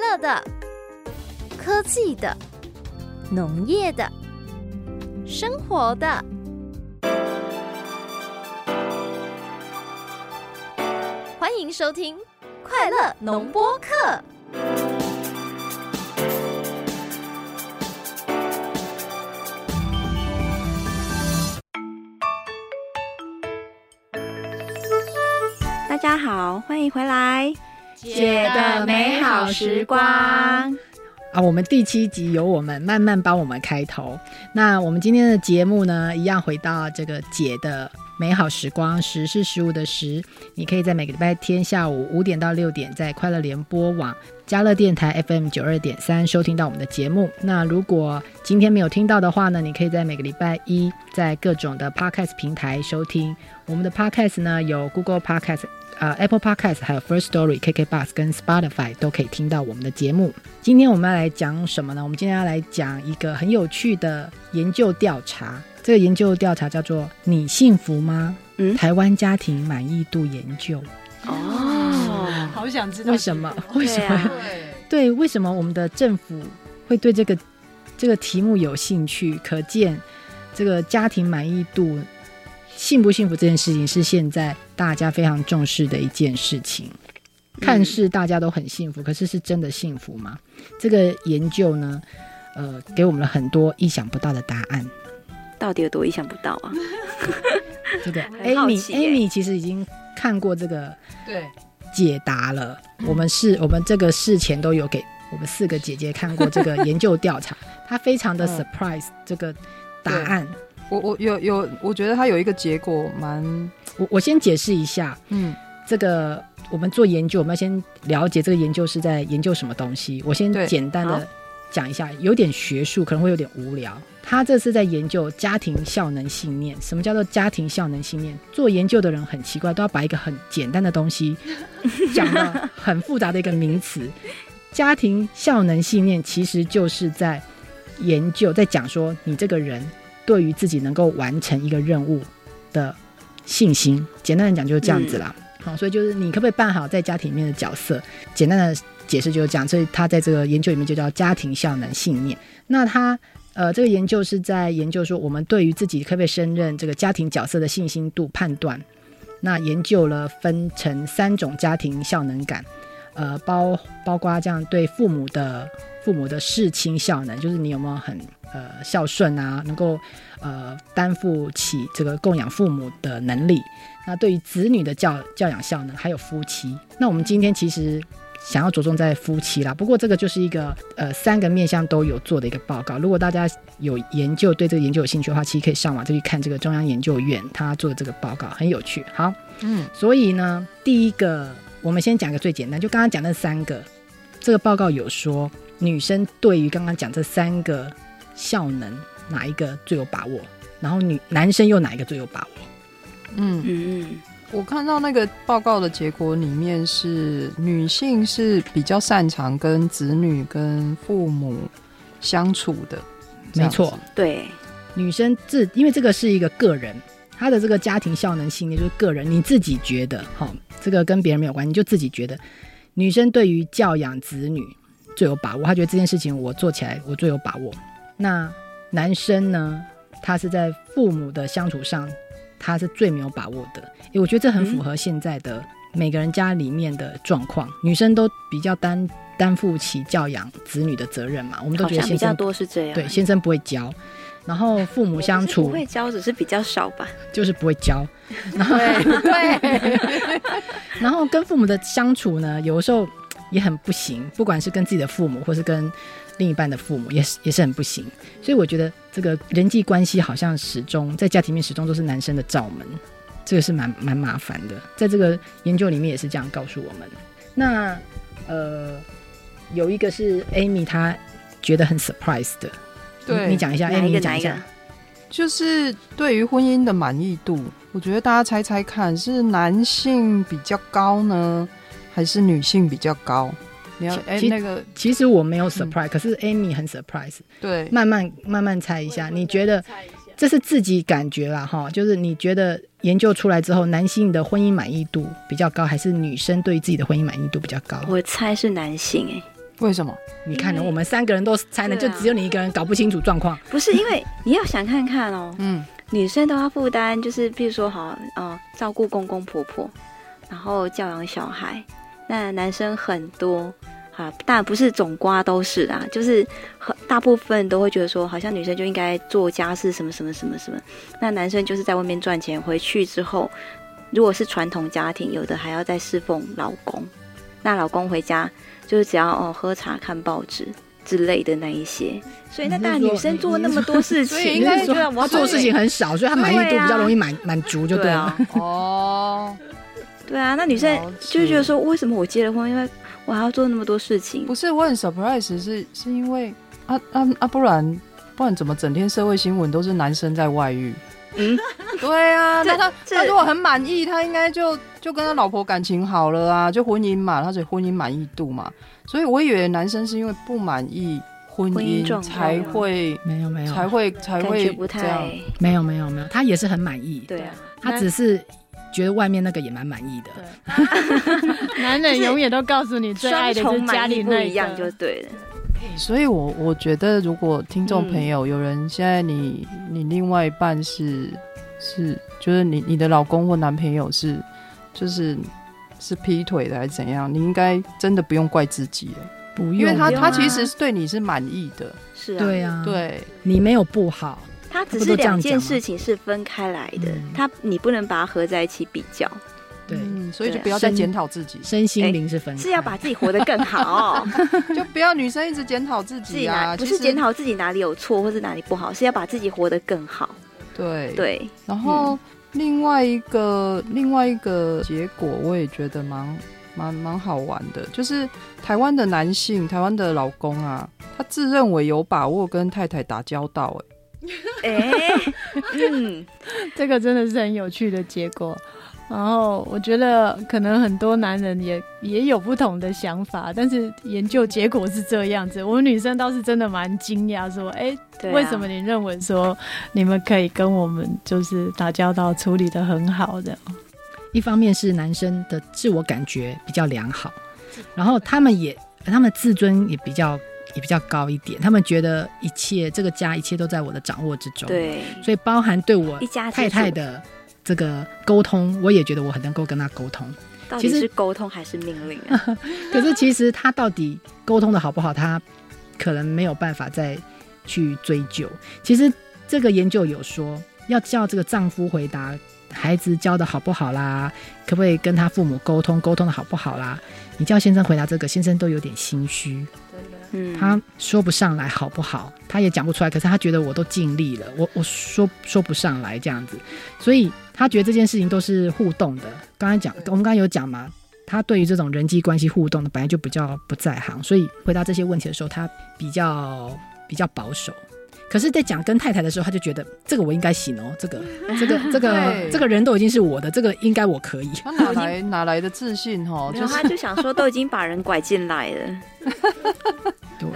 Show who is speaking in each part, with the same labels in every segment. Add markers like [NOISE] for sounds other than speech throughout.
Speaker 1: 色的、科技的、农业的、生活的。欢迎收听《快乐农播课》。
Speaker 2: 大家好，欢迎回来，
Speaker 3: 姐的美好时光。
Speaker 4: 啊，我们第七集由我们慢慢帮我们开头。那我们今天的节目呢，一样回到这个姐的美好时光，时是食物的时。你可以在每个礼拜天下午五点到六点，在快乐联播网、加乐电台 FM 九二点三收听到我们的节目。那如果今天没有听到的话呢，你可以在每个礼拜一在各种的 Podcast 平台收听我们的 Podcast 呢，有 Google Podcast、呃 Apple Podcast、还有 First Story、KK Bus 跟 Spotify 都可以听到我们的节目。今天我们要来讲什么呢？我们今天要来讲一个很有趣的研究调查。这个研究调查叫做“你幸福吗？”
Speaker 2: 嗯
Speaker 4: 台湾家庭满意度研究。
Speaker 2: 哦，
Speaker 3: 好想知道
Speaker 4: 为什么？为什么？
Speaker 2: 对啊
Speaker 3: 对，
Speaker 4: 对，为什么我们的政府会对这个这个题目有兴趣？可见这个家庭满意度、幸不幸福这件事情是现在大家非常重视的一件事情。看似大家都很幸福，可是是真的幸福吗？这个研究呢，呃，给我们了很多意想不到的答案。
Speaker 2: 到底有多意想不到啊？
Speaker 4: 这个
Speaker 2: [LAUGHS] 很好
Speaker 4: Amy
Speaker 2: 奇耶
Speaker 4: Amy 其实已经看过这个
Speaker 3: 对，
Speaker 4: 解答了。我们是我们这个事前都有给我们四个姐姐看过这个研究调查，她非常的
Speaker 3: 嗯
Speaker 4: surprise 这个答案。
Speaker 3: 我我有有，我觉得它有一个结果蛮，
Speaker 4: 我我先解释一下，
Speaker 3: 嗯，
Speaker 4: 这个我们做研究，我们要先了解这个研究是在研究什么东西。我先
Speaker 3: 对
Speaker 4: 简单
Speaker 2: 好
Speaker 4: 的讲一下，有点学术，可能会有点无聊。他这是在研究家庭效能信念。什么叫做家庭效能信念？做研究的人很奇怪，都要把一个很简单的东西讲到很复杂的一个名词。家庭效能信念其实就是在研究，在讲说你这个人对于自己能够完成一个任务的信心。简单的讲就是这样子啦。好，所以就是你可不可以扮好在家庭里面的角色？简单的解释就是这样，所以他在这个研究里面就叫家庭效能信念。那他呃，这个研究是在研究说我们对于自己可不可以胜任这个家庭角色的信心度判断。那研究了分成三种家庭效能感，呃，包包括这样对父母的父母的事亲效能，就是你有没有很呃孝顺啊，能够呃担负起这个供养父母的能力。那对于子女的教教养效能，还有夫妻。那我们今天其实想要着重在夫妻啦，不过这个就是一个呃三个面向都有做的一个报告。如果大家有研究对这个研究有兴趣的话，其实可以上网就去看这个中央研究院他做的这个报告，很有趣。好，
Speaker 3: 嗯，
Speaker 4: 所以呢，第一个我们先讲个最简单，就刚刚讲那三个，这个报告有说女生对于刚刚讲这三个效能哪一个最有把握，然后女男生又哪一个最有把握？
Speaker 3: 嗯，
Speaker 2: 嗯，
Speaker 3: 我看到那个报告的结果里面是女性是比较擅长跟子女、跟父母相处的，这样子
Speaker 4: 没错，
Speaker 2: 对，
Speaker 4: 女生自因为这个是一个个人，她的这个家庭效能信念就是个人，你自己觉得哈、这个跟别人没有关系，你就自己觉得女生对于教养子女最有把握，她觉得这件事情我做起来我最有把握。那男生呢，他是在父母的相处上，他是最没有把握的。诶，我觉得这很符合现在的、嗯每个人家里面的状况，女生都比较担担负起教养子女的责任嘛，我们都
Speaker 2: 好
Speaker 4: 觉得
Speaker 2: 像比
Speaker 4: 先
Speaker 2: 较
Speaker 4: 生
Speaker 2: 多是这样。
Speaker 4: 对，先生不会教，然后父母相
Speaker 2: 我不是不
Speaker 4: 处
Speaker 2: 会教，只是比较少吧。
Speaker 4: 就是不会
Speaker 2: [LAUGHS]
Speaker 4: 教，
Speaker 2: 对，
Speaker 4: 然后跟父母的相处呢，有的时候也很不行，不管是跟自己的父母，或是跟另一半的父母，也是也是很不行。所以我觉得这个人际关系好像始终在家庭里面始终都是男生的罩门，这个是蛮蛮麻烦的。在这个研究里面也是这样告诉我们。那呃，有一个是 Amy 她觉得很 surprise 的，[LAUGHS]
Speaker 3: 对，
Speaker 4: 你你讲一下
Speaker 2: 哪
Speaker 4: ，Amy
Speaker 2: 一
Speaker 4: 你
Speaker 2: 个
Speaker 4: 讲
Speaker 2: 哪
Speaker 4: 一
Speaker 2: 一
Speaker 4: 下
Speaker 2: 个，？
Speaker 3: 就是对于婚姻的满意度，我觉得大家猜猜看，是男性比较高呢，还是女性比较高？你要
Speaker 4: 其
Speaker 3: 哎、
Speaker 4: 其
Speaker 3: 那个
Speaker 4: 其实我没有 surprise，、可是 Amy 很 surprise。
Speaker 3: 对，
Speaker 4: 慢慢慢慢猜一下，你觉得这是自己感觉啦哈？就是你觉得研究出来之后，男性的婚姻满意度比较高，还是女生对于自己的婚姻满意度比较高？
Speaker 2: 我猜是男性哎、
Speaker 3: 为什么？
Speaker 4: 你看呢？哦
Speaker 2: 嗯
Speaker 4: 我们三个人都猜呢，
Speaker 2: 对
Speaker 4: 就
Speaker 2: 啊
Speaker 4: 只有你一个人搞不清楚状况。
Speaker 2: 不是因为你要想看看哦，
Speaker 3: 嗯，
Speaker 2: 女生都要负担，就是譬如说好呃照顾公公婆婆，然后教养小孩，那男生很多。啊，当然不是总瓜都是啊啦，就是很大部分都会觉得说，好像女生就应该做家事什么什么什么什么，那男生就是在外面赚钱，回去之后，如果是传统家庭，有的还要再侍奉老公，那老公回家就是只要哦喝茶、看报纸之类的那一些，所以那
Speaker 4: 你是
Speaker 2: 当然
Speaker 4: 说
Speaker 2: 女生
Speaker 4: 你
Speaker 2: 做
Speaker 4: 你
Speaker 2: 那
Speaker 4: 是
Speaker 2: 么多事
Speaker 3: 所以
Speaker 2: 情，
Speaker 3: 应该
Speaker 2: 就觉得我
Speaker 4: 他
Speaker 2: 要 [LAUGHS]
Speaker 4: 做事情很少，所以他满意度
Speaker 2: 对啊
Speaker 4: 比较容易满满足，就对
Speaker 2: 对
Speaker 4: 了
Speaker 2: 啊。，
Speaker 3: 哦，
Speaker 2: 对啊，那女生
Speaker 3: 了解
Speaker 2: 就会觉得说，为什么我结了婚，因为我还要做那么多事情
Speaker 3: [LAUGHS] 不？是，我很 surprise，是是因为啊啊啊，不然不然怎么整天社会新闻都是男生在外遇？
Speaker 2: 嗯，
Speaker 3: [LAUGHS] 对啊，
Speaker 2: 这
Speaker 3: 那他
Speaker 2: 这
Speaker 3: 他如果很满意，他应该就就跟他老婆感情好了啊，就婚姻嘛，他所以婚姻满意度嘛，所以我以为男生是因为不满意婚
Speaker 2: 婚姻
Speaker 3: 姻
Speaker 2: 状况啊
Speaker 3: 才会
Speaker 4: 没有没有
Speaker 3: 才会才
Speaker 2: 感觉
Speaker 3: 会
Speaker 2: 不
Speaker 3: 这样
Speaker 2: 太，
Speaker 4: 没有没有没有，他也是很满意，
Speaker 2: 对啊，
Speaker 4: 他只是觉得外面那个也蛮满意的。
Speaker 5: 男人永远都告诉你最爱
Speaker 2: 双
Speaker 5: 的就是
Speaker 2: 重
Speaker 5: 家
Speaker 2: 满
Speaker 5: 里
Speaker 2: 意不
Speaker 5: 那
Speaker 2: 一样就
Speaker 5: 个
Speaker 2: 对了。
Speaker 3: 所以我我觉得如果听众朋友有人现在你你另外一半是是就是你你的老公或男朋友是就是是劈腿的还是怎样，你应该真的不用怪自己了，
Speaker 4: 不用，
Speaker 3: 因为他
Speaker 2: 不用
Speaker 3: 他
Speaker 2: 啊
Speaker 3: 其实是对你是满意的，
Speaker 2: 是啊，
Speaker 4: 对，啊，，
Speaker 3: 对。
Speaker 4: 你没有不好，
Speaker 2: 它只
Speaker 4: 差
Speaker 2: 是
Speaker 4: 不多这样
Speaker 2: 两
Speaker 4: 讲
Speaker 2: 件
Speaker 4: 啊
Speaker 2: 事情是分开来的
Speaker 4: 嗯，
Speaker 2: 它你不能把它合在一起比较，
Speaker 4: 对，
Speaker 3: 嗯，所以就
Speaker 2: 对
Speaker 3: 不要再
Speaker 4: 身
Speaker 3: 检讨自己， [LAUGHS]
Speaker 4: 身心灵是分开，
Speaker 2: 哎是要把自己活得更
Speaker 4: [LAUGHS]
Speaker 2: 好。
Speaker 3: 就不要女生一直检讨自
Speaker 2: 自
Speaker 3: 己
Speaker 2: 己
Speaker 3: 啊，
Speaker 2: 哪不
Speaker 3: 其
Speaker 2: 是
Speaker 3: 实
Speaker 2: 检，讨自己哪里有错或是哪里不好，是要把自己活得更好。
Speaker 3: 对。
Speaker 4: [LAUGHS]
Speaker 2: 对，嗯
Speaker 3: 然后另外一个另外一个结果，我也觉得蛮蛮蛮好玩的，就是台湾的男性，台湾的老公啊，他自认为有把握跟太太打交道、欸，
Speaker 2: 哎，嗯，
Speaker 5: 这个真的是很有趣的结果。然后我觉得可能很多男人也也有不同的想法，但是研究结果是这样子。我们女生倒是真的蛮惊讶，说，哎，
Speaker 2: 对啊
Speaker 5: 为什么你认为说你们可以跟我们就是打交道处理的很好的？
Speaker 4: 一方面是男生的自我感觉比较良好，然后他们也他们自尊也比较也比较高一点，他们觉得一切这个家一切都在我的掌握之中，，
Speaker 2: 对，
Speaker 4: 所以包含对我
Speaker 2: 一家之
Speaker 4: 太太
Speaker 2: 主
Speaker 4: 的这个沟通，我也觉得我很能够跟他沟通。
Speaker 2: 到
Speaker 4: 其
Speaker 2: 底
Speaker 4: 实
Speaker 2: 是沟通还是命令啊？
Speaker 4: 可是其实他到底沟通的好不好，他可能没有办法再去追究。其实这个研究有说，要叫这个丈夫回答孩子教的好不好啦，可不可以跟他父母沟通，沟通的好不好啦？你叫先生回答这个，先生都有点心虚，
Speaker 2: 嗯，
Speaker 4: 他说不上来好不好，他也讲不出来。可是他觉得我都尽力了，我我说说不上来这样子，所以他觉得这件事情都是互动的。刚才讲，我们刚才有讲嘛，他对于这种人际关系互动的本来就比较不在行，所以回答这些问题的时候，他比较比较保守。可是，在讲跟太太的时候，他就觉得这个我应该行哦，这个这个这个
Speaker 3: 对
Speaker 4: 这个人都已经是我的，这个应该我可以。
Speaker 3: 他
Speaker 2: [LAUGHS]
Speaker 3: 哪来哪来的自信哦？
Speaker 2: 然
Speaker 3: 就
Speaker 2: 后
Speaker 3: 是
Speaker 2: 他就想说，都已经把人拐进来
Speaker 4: [LAUGHS]
Speaker 2: 了，
Speaker 4: 对。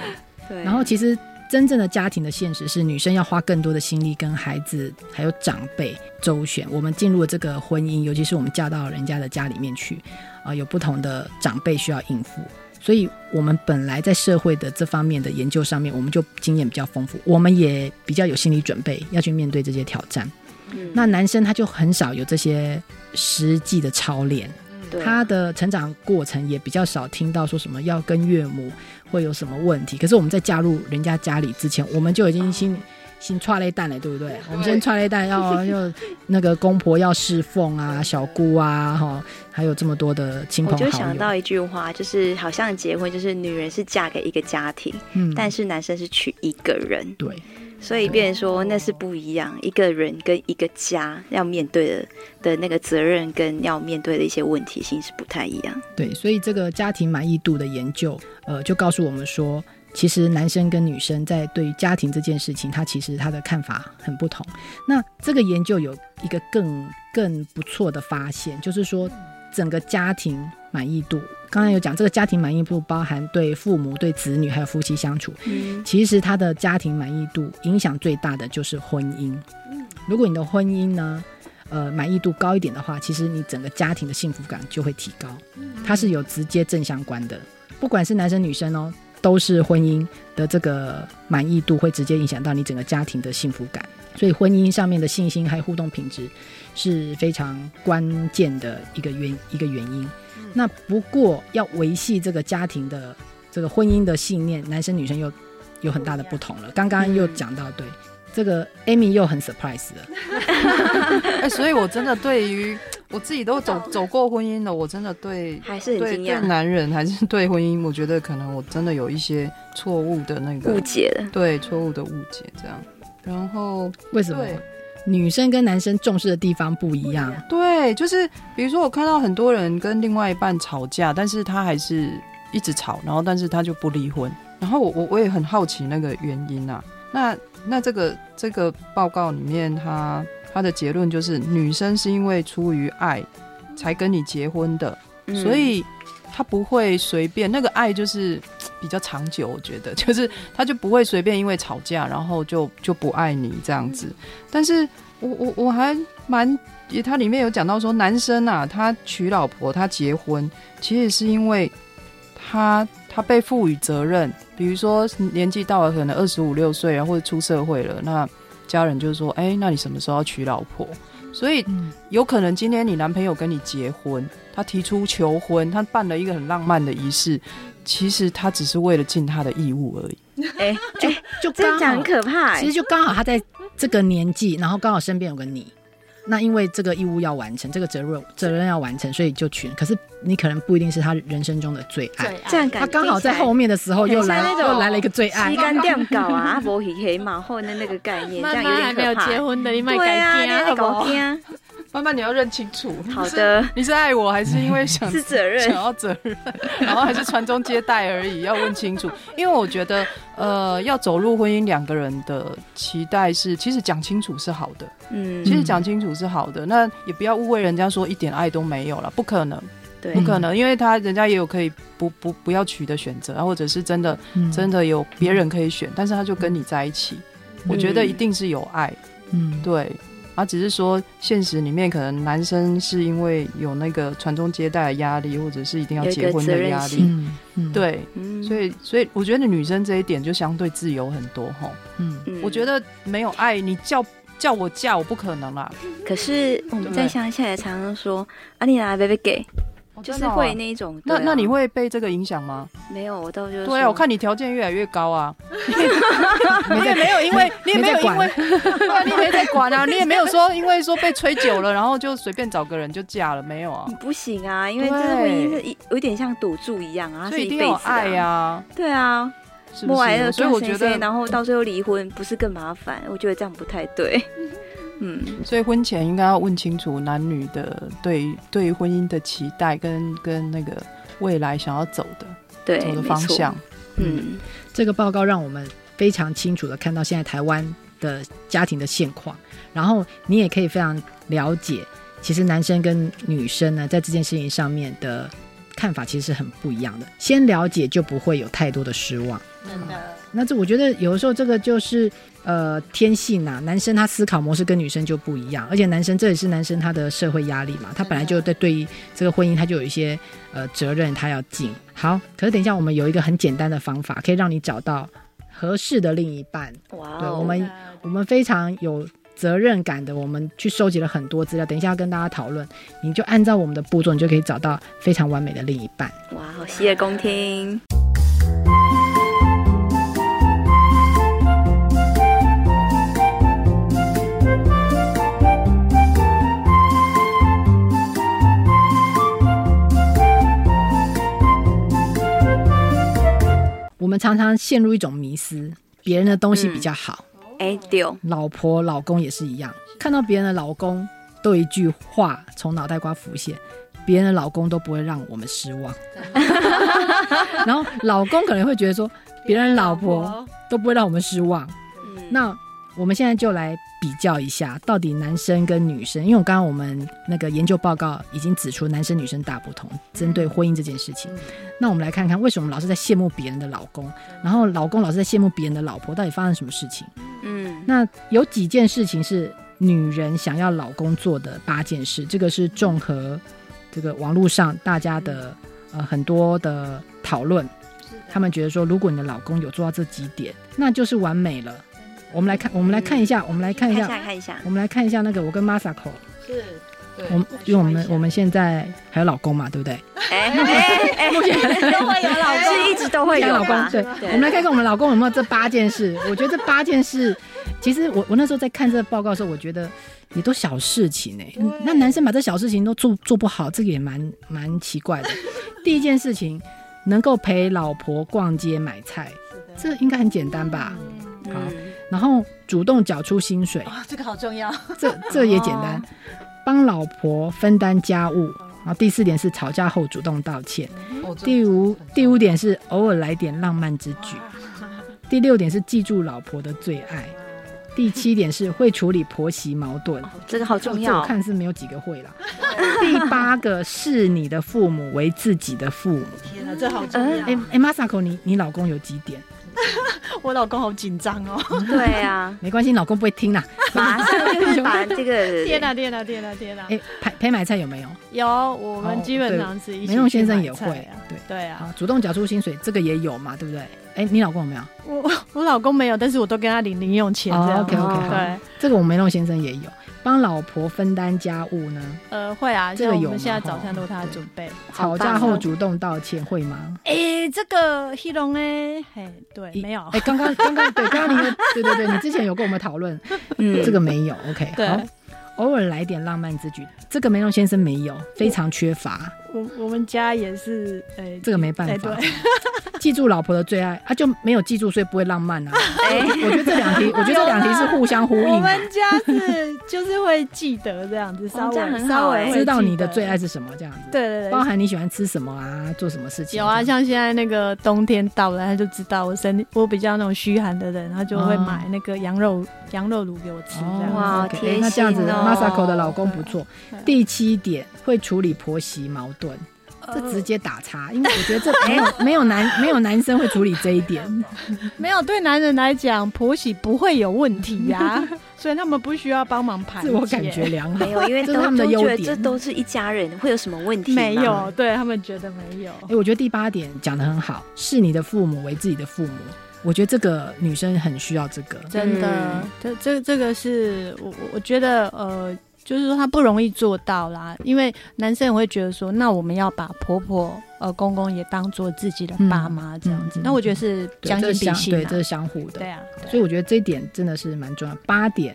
Speaker 2: 对，
Speaker 4: 然后其实真正的家庭的现实是，女生要花更多的心力跟孩子还有长辈周旋。我们进入了这个婚姻，尤其是我们嫁到人家的家里面去，啊、有不同的长辈需要应付。所以，我们本来在社会的这方面的研究上面，我们就经验比较丰富，我们也比较有心理准备要去面对这些挑战。
Speaker 2: 嗯
Speaker 4: 那男生他就很少有这些实际的操练，
Speaker 2: 对
Speaker 4: 他的成长过程也比较少听到说什么要跟岳母会有什么问题。可是我们在嫁入人家家里之前，我们就已经心先踹了一蛋了，对不对？我们先踹了一蛋，要要那个公婆要侍奉啊，小姑啊，哈，还有这么多的亲
Speaker 2: 我
Speaker 4: 朋
Speaker 2: 就
Speaker 4: 好
Speaker 2: 想
Speaker 4: 友。
Speaker 2: 到一句话，就是好像结婚就是女人是嫁给一个家庭，
Speaker 4: 嗯
Speaker 2: 但是男生是娶一个人，
Speaker 4: 对，
Speaker 2: 所以变成说那是不一样，一个人跟一个家要面对的的那个责任跟要面对的一些问题性是不太一样。
Speaker 4: 对，所以这个家庭满意度的研究，呃，就告诉我们说，其实男生跟女生在对于家庭这件事情，他其实他的看法很不同。那这个研究有一个更更不错的发现，就是说整个家庭满意度，刚才有讲这个家庭满意度包含对父母、对子女还有夫妻相处，
Speaker 2: 嗯，
Speaker 4: 其实他的家庭满意度影响最大的就是婚姻。如果你的婚姻呢，呃，满意度高一点的话，其实你整个家庭的幸福感就会提高，它是有直接正相关的。不管是男生女生哦，都是婚姻的这个满意度会直接影响到你整个家庭的幸福感，所以婚姻上面的信心还有互动品质是非常关键的一个原一个原因。那不过要维系这个家庭的这个婚姻的信念，男生女生又有很大的不同了。刚刚又讲到，对这个 Amy 又很 surprise 了，
Speaker 3: 哎、所以我真的对于我自己都走走过婚姻了，我真的对
Speaker 2: 还是很
Speaker 3: 对
Speaker 2: 惊
Speaker 3: 对
Speaker 2: 讶，
Speaker 3: 男人还是对婚姻，我觉得可能我真的有一些错误的那
Speaker 2: 误
Speaker 3: 个
Speaker 2: 解了。
Speaker 3: 对错误的误解这样。然后
Speaker 4: 为什么
Speaker 3: 对
Speaker 4: 女生跟男生重视的地方不一样？
Speaker 3: 对，就是比如说我看到很多人跟另外一半吵架，但是他还是一直吵，然后但是他就不离婚。然后我我我也很好奇那个原因啊。那那这个这个报告里面他他的结论就是，女生是因为出于爱才跟你结婚的，
Speaker 2: 嗯
Speaker 3: 所以他不会随便，那个爱就是嘖比较长久，我觉得 [LAUGHS] 就是他就不会随便因为吵架，然后就就不爱你这样子。但是我我我还蛮，也它里面有讲到说，男生啊，他娶老婆，他结婚，其实是因为他他被赋予责任，比如说年纪到了，可能二十五六岁啊，或者出社会了，那家人就说，哎、那你什么时候要娶老婆？所以
Speaker 5: 嗯
Speaker 3: 有可能今天你男朋友跟你结婚，他提出求婚，他办了一个很浪漫的仪式，其实他只是为了尽他的义务而已。
Speaker 2: 哎，
Speaker 4: 就
Speaker 2: 哎
Speaker 4: 就
Speaker 2: 这样
Speaker 4: 刚
Speaker 2: 讲
Speaker 4: 好
Speaker 2: 很，可怕哎
Speaker 4: 其实。就刚好他在这个年纪，然后刚好身边有个你。那因为这个义务要完成，这个责任责任要完成，所以就娶。可是你可能不一定是他人生中的最爱，
Speaker 2: 这样哎感
Speaker 4: 他刚好在后面的时
Speaker 3: 哦
Speaker 4: 候又来
Speaker 2: 很像那种
Speaker 4: 又来了一个最爱
Speaker 2: 吸，干掉搞啊， [LAUGHS] 阿伯黑黑马后的那个概念，这
Speaker 5: 慢
Speaker 2: 样
Speaker 5: 慢
Speaker 2: 有
Speaker 5: 还没
Speaker 2: 点
Speaker 5: 有
Speaker 2: 可
Speaker 5: 结
Speaker 2: 怕。
Speaker 5: 婚的，你卖
Speaker 2: 对啊，
Speaker 5: 改
Speaker 2: 你
Speaker 5: 嫁好
Speaker 2: 在
Speaker 5: 不好
Speaker 2: 搞
Speaker 5: [LAUGHS]
Speaker 2: 天，
Speaker 3: 慢慢你要认清楚。
Speaker 2: 好的，
Speaker 3: 你是爱我还 [LAUGHS] 是因为想
Speaker 2: 是责任
Speaker 3: 想。要责任， [LAUGHS] 然后还是传宗接代而已，要问清楚。因为我觉得，呃，要走入婚姻，两个人的期待是，其实讲清楚是好的，
Speaker 2: 嗯，
Speaker 3: 其实讲清楚是好的。那也不要误会人家说一点爱都没有了，不可能，
Speaker 2: 对
Speaker 3: 不，可能，因为他人家也有可以不不不要娶的选择，或者是真的
Speaker 4: 嗯
Speaker 3: 真的有别人可以选，但是他就跟你在一起，我觉得一定是有爱。
Speaker 4: 嗯，
Speaker 3: 对，啊，只是说现实里面可能男生是因为有那个传宗接代的压力，或者是一定要
Speaker 2: 有一
Speaker 3: 结
Speaker 2: 个
Speaker 3: 婚
Speaker 2: 责
Speaker 3: 的
Speaker 2: 任
Speaker 3: 压力，
Speaker 4: 嗯嗯，
Speaker 3: 对，
Speaker 2: 嗯
Speaker 3: 所以所以我觉得女生这一点就相对自由很多吼。
Speaker 4: 嗯，
Speaker 2: 嗯
Speaker 3: 我觉得没有爱，你叫叫我嫁，我不可能啦，
Speaker 2: 可是我们
Speaker 3: 对
Speaker 2: 再乡下也常常说，啊，你拿来贝贝给，就是会
Speaker 3: 那。
Speaker 2: 那一种。
Speaker 3: 哦那
Speaker 2: 对啊
Speaker 3: 那你会被这个影响吗？
Speaker 2: 没有？我倒就是
Speaker 3: 对啊，
Speaker 2: 说
Speaker 3: 我看你条件越来越高啊，
Speaker 4: 没
Speaker 3: 你
Speaker 4: 在
Speaker 3: 也没有因为你也没有
Speaker 4: 在
Speaker 3: 因
Speaker 4: 管
Speaker 3: 为， [LAUGHS] 对啊，你也没在管啊，你也没有说因为说被吹久了，然后就随便找个人就嫁了，没有啊，
Speaker 2: 不行啊，因为这个婚姻
Speaker 3: 对
Speaker 2: 是一有点像赌注一样啊，它
Speaker 3: 所
Speaker 2: 是
Speaker 3: 以一定
Speaker 2: 辈
Speaker 3: 要有
Speaker 2: 子的啊
Speaker 3: 爱。啊，
Speaker 2: 对啊，
Speaker 3: 是不
Speaker 2: 摸来
Speaker 3: 是？
Speaker 2: 了
Speaker 3: 所以
Speaker 2: 跟
Speaker 3: 我
Speaker 2: 谁
Speaker 3: 觉
Speaker 2: 谁，
Speaker 3: 得，
Speaker 2: 然后到最后离婚，不是更麻烦？我觉得这样不太对。嗯，
Speaker 3: 所以婚前应该要问清楚男女的对对婚姻的期待跟跟那个未来想要走的
Speaker 2: 对，
Speaker 3: 走的
Speaker 2: 没
Speaker 3: 方
Speaker 2: 错。
Speaker 3: 向。
Speaker 2: 嗯，
Speaker 4: 这个报告让我们非常清楚的看到现在台湾的家庭的现况，然后你也可以非常了解，其实男生跟女生呢在这件事情上面的看法其实是很不一样的。先了解就不会有太多的失望。嗯
Speaker 5: 真的，
Speaker 4: 那这我觉得有的时候这个就是呃天性啊，男生他思考模式跟女生就不一样，而且男生这也是男生他的社会压力嘛，他本来就在对于这个婚姻他就有一些呃责任他要尽。好，可是等一下我们有一个很简单的方法，可以让你找到合适的另一半。
Speaker 2: 哇
Speaker 4: 对，我
Speaker 2: 哦，
Speaker 4: 们我们非常有责任感的，我们去收集了很多资料，等一下要跟大家讨论，你就按照我们的步骤，你就可以找到非常完美的另一半。
Speaker 2: 哇，哦好洗耳恭听。
Speaker 4: 我们常常陷入一种迷思，别人的东西比较好。
Speaker 2: 哎，丢，
Speaker 4: 老婆、老公也是一样，看到别人的老公，都有一句话从脑袋瓜浮现：别人的老公都不会让我们失望。然后老公可能会觉得说，别人老婆都不会让我们失望。
Speaker 2: 嗯，
Speaker 4: 那我们现在就来比较一下，到底男生跟女生，因为我刚刚我们那个研究报告已经指出男生女生大不同，针对婚姻这件事情。那我们来看看，为什么老是在羡慕别人的老公，然后老公老是在羡慕别人的老婆，到底发生什么事情？
Speaker 2: 嗯，
Speaker 4: 那有几件事情是女人想要老公做的八件事，这个是综合这个网络上大家的呃很多的讨论。他们觉得说，如果你的老公有做到这几点，那就是完美了。我们来看，我们来看一下，我们来看一
Speaker 2: 嗯看一
Speaker 4: 下，
Speaker 2: 下看一
Speaker 4: [LAUGHS]
Speaker 2: 下，
Speaker 4: 我们来看一下那个我跟 Masako，
Speaker 5: 是，对
Speaker 4: 我们因为我们我们现在还有老公嘛，对不对？
Speaker 2: 哎哎哎，目前
Speaker 1: 都会有老公。
Speaker 2: 是一直都会有
Speaker 4: 老公
Speaker 2: 吧，
Speaker 4: 对，我们来看看我们老公有没有这八件事。我觉得这八件事，其实我我那时候在看这个报告的时候，我觉得也都小事情哎、那男生把这小事情都做做不好，这个也蛮蛮奇怪的。第一件事情，能够陪老婆逛街买菜，这应该很简单吧？好
Speaker 2: 嗯
Speaker 4: 然后主动缴出薪水，
Speaker 5: 啊，这个好重要，哦
Speaker 4: 这这也简单，帮老婆分担家务。然后第四点是吵架后主动道歉。
Speaker 5: 哦
Speaker 4: 第五第五点是偶尔来点浪漫之举。
Speaker 5: 啊
Speaker 4: 第六点是记住老婆的最爱。第七点是会处理婆媳矛盾，
Speaker 5: 哦
Speaker 2: 这个好重要
Speaker 4: 这我，看是没有几个会啦。第八个视你的父母为自己的父母。
Speaker 5: 天哪，这好
Speaker 2: 嗯
Speaker 4: 哎哎，Masako，你你老公有几点？
Speaker 5: 我老公好紧张哦，
Speaker 2: 对
Speaker 4: [LAUGHS]
Speaker 2: 啊，
Speaker 4: 没关系，你老公不会听啦。
Speaker 2: 马上就是把这个
Speaker 5: 天哪，天哪，啊天哪，天哪，
Speaker 4: 哎，陪陪买菜有没有？
Speaker 5: 有，我们
Speaker 4: 哦
Speaker 5: 基本上是一起
Speaker 4: 梅用
Speaker 5: 去
Speaker 4: 先生
Speaker 5: 买
Speaker 4: 也会
Speaker 5: 菜啊，
Speaker 4: 对
Speaker 5: 对啊，
Speaker 4: 啊，主动缴出薪水这个也有嘛，对不对？哎，你老公有没有？
Speaker 5: 我我老公没有，但是我都跟他领零用钱这
Speaker 4: 哦
Speaker 5: 样。啊
Speaker 4: ，OK，OK，
Speaker 2: 好
Speaker 5: 对，
Speaker 4: 这个我们梅弄先生也有，帮老婆分担家务呢。
Speaker 5: 呃，会啊，
Speaker 4: 这
Speaker 5: 像
Speaker 4: 个
Speaker 5: 我
Speaker 4: 有
Speaker 5: 们
Speaker 4: 嘛
Speaker 5: 现在
Speaker 4: 吼
Speaker 5: 早餐都是他准备。
Speaker 4: 吵
Speaker 2: 好棒哦
Speaker 4: 架后主动道歉会吗？
Speaker 5: 哎，这个黑龙哎，嘿，对，没有，
Speaker 4: 哎，刚刚刚刚对，刚刚你的对对对，你之前有跟我们讨
Speaker 5: [LAUGHS]
Speaker 4: 论，
Speaker 2: 嗯
Speaker 4: 这个没有。OK，
Speaker 5: 对
Speaker 4: 好，偶尔来点浪漫之举，这个梅弄先生没有，非常缺乏，
Speaker 5: 我我们家也是，哎，
Speaker 4: 这个没办
Speaker 5: 哎
Speaker 4: 法
Speaker 5: 对。
Speaker 4: 记住老婆的最爱啊，就没有记住，所以不会浪
Speaker 5: [LAUGHS]
Speaker 4: 漫啊。
Speaker 2: 哎
Speaker 4: 我觉得这两题，我觉得这两题是互相呼
Speaker 5: 我
Speaker 4: 应的，
Speaker 5: 们家是就是会记得这样
Speaker 4: 哦
Speaker 5: 子，稍
Speaker 2: 这样
Speaker 5: 微
Speaker 2: 很
Speaker 5: 稍
Speaker 2: 好
Speaker 5: 微
Speaker 2: 欸
Speaker 5: 会
Speaker 4: 哎知道
Speaker 5: 哎记
Speaker 4: 你的
Speaker 5: 得
Speaker 4: 最爱。是什么这样子。
Speaker 5: 对对
Speaker 4: 包
Speaker 5: 对，
Speaker 4: 含你喜欢吃什么啊，做什么事情
Speaker 5: 有啊，
Speaker 4: 这样
Speaker 5: 像现在那个冬天到了，他就知道我身我比较那种虚寒的人，他就会
Speaker 4: 哦
Speaker 5: 买那个羊肉羊肉炉给我吃，这样
Speaker 4: 哦
Speaker 5: 子。
Speaker 2: 哇
Speaker 4: OK，
Speaker 2: 贴
Speaker 4: 诶那这样子
Speaker 2: 心哦
Speaker 4: Masako 的老公不错
Speaker 5: 对啊。
Speaker 4: 第七点会处理婆媳矛盾，这直接打叉，因为我觉得这没有没有男没有男生会处理这一点。
Speaker 5: 没有，对男人来讲，婆媳不会有问题呀、
Speaker 4: [LAUGHS]
Speaker 5: 所以他们不需要帮忙排解。
Speaker 4: 自我感觉良好
Speaker 2: 没。有，因为
Speaker 4: 这
Speaker 2: 都
Speaker 4: 是他们的
Speaker 2: 都
Speaker 4: 优
Speaker 2: 觉得
Speaker 4: 点
Speaker 2: 这都是一家人，会有什么问题吗？
Speaker 5: 没有，对他们觉得没有。
Speaker 4: 哎，我觉得第八点讲的很好，视你的父母为自己的父母。我觉得这个女生很需要这个，
Speaker 5: 真的，
Speaker 4: 嗯
Speaker 5: 这这这个是我我我觉得呃，就是说他不容易做到啦，因为男生也会觉得说，那我们要把婆婆呃公公也当做自己的爸妈这样
Speaker 4: 嗯
Speaker 5: 子，
Speaker 4: 嗯嗯
Speaker 5: 那我觉得是
Speaker 4: 对
Speaker 5: 将
Speaker 4: 这
Speaker 5: 心
Speaker 4: 是
Speaker 5: 比
Speaker 4: 相
Speaker 5: 心
Speaker 4: 对，
Speaker 5: 啊
Speaker 4: 这是相互的
Speaker 5: 对。啊，对
Speaker 4: 所以我觉得这一点真的是蛮重要。八点，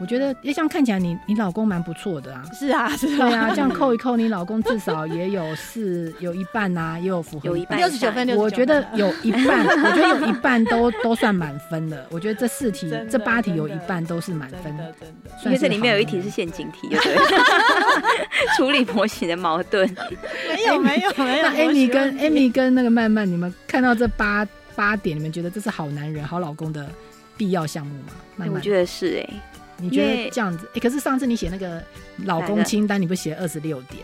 Speaker 4: 我觉得诶这样看起来你你老公蛮不错
Speaker 5: [LAUGHS]
Speaker 4: 的啊。
Speaker 5: 是啊是
Speaker 4: 对啊，
Speaker 5: 啊，
Speaker 4: 这样扣一扣，你老公至少也有四， [LAUGHS] 有一半呐、也有符合
Speaker 2: 有一半
Speaker 5: 六十九分，啊
Speaker 4: 我
Speaker 5: 69
Speaker 4: 觉得有一
Speaker 5: [LAUGHS]
Speaker 4: 半，我觉得有一半都都算满分了。我觉得这四题
Speaker 5: 真，的
Speaker 4: 这八题有一半都是满
Speaker 5: 真
Speaker 4: 分，
Speaker 5: 的真的，
Speaker 4: 算是
Speaker 2: 因为这里面有一题
Speaker 4: 好
Speaker 2: 是
Speaker 4: 的。
Speaker 2: 陷阱题，对不对？ [LAUGHS] 处理婆媳的矛盾，
Speaker 5: 没有没有没有，
Speaker 3: 哎
Speaker 4: 那
Speaker 5: 我
Speaker 4: Amy
Speaker 5: 喜欢
Speaker 4: 跟
Speaker 5: 你
Speaker 4: Amy 跟那个曼曼，你们看到这八八点，你们觉得这是好男人、好老公的必要项目吗？曼
Speaker 2: 哎我
Speaker 4: 曼，
Speaker 2: 觉得是哎、
Speaker 4: 你觉
Speaker 2: 因为
Speaker 4: 得这样子？哎，可是上次你写那个老
Speaker 2: 哪
Speaker 4: 公
Speaker 2: 个
Speaker 4: 清单，你不是写二十六点？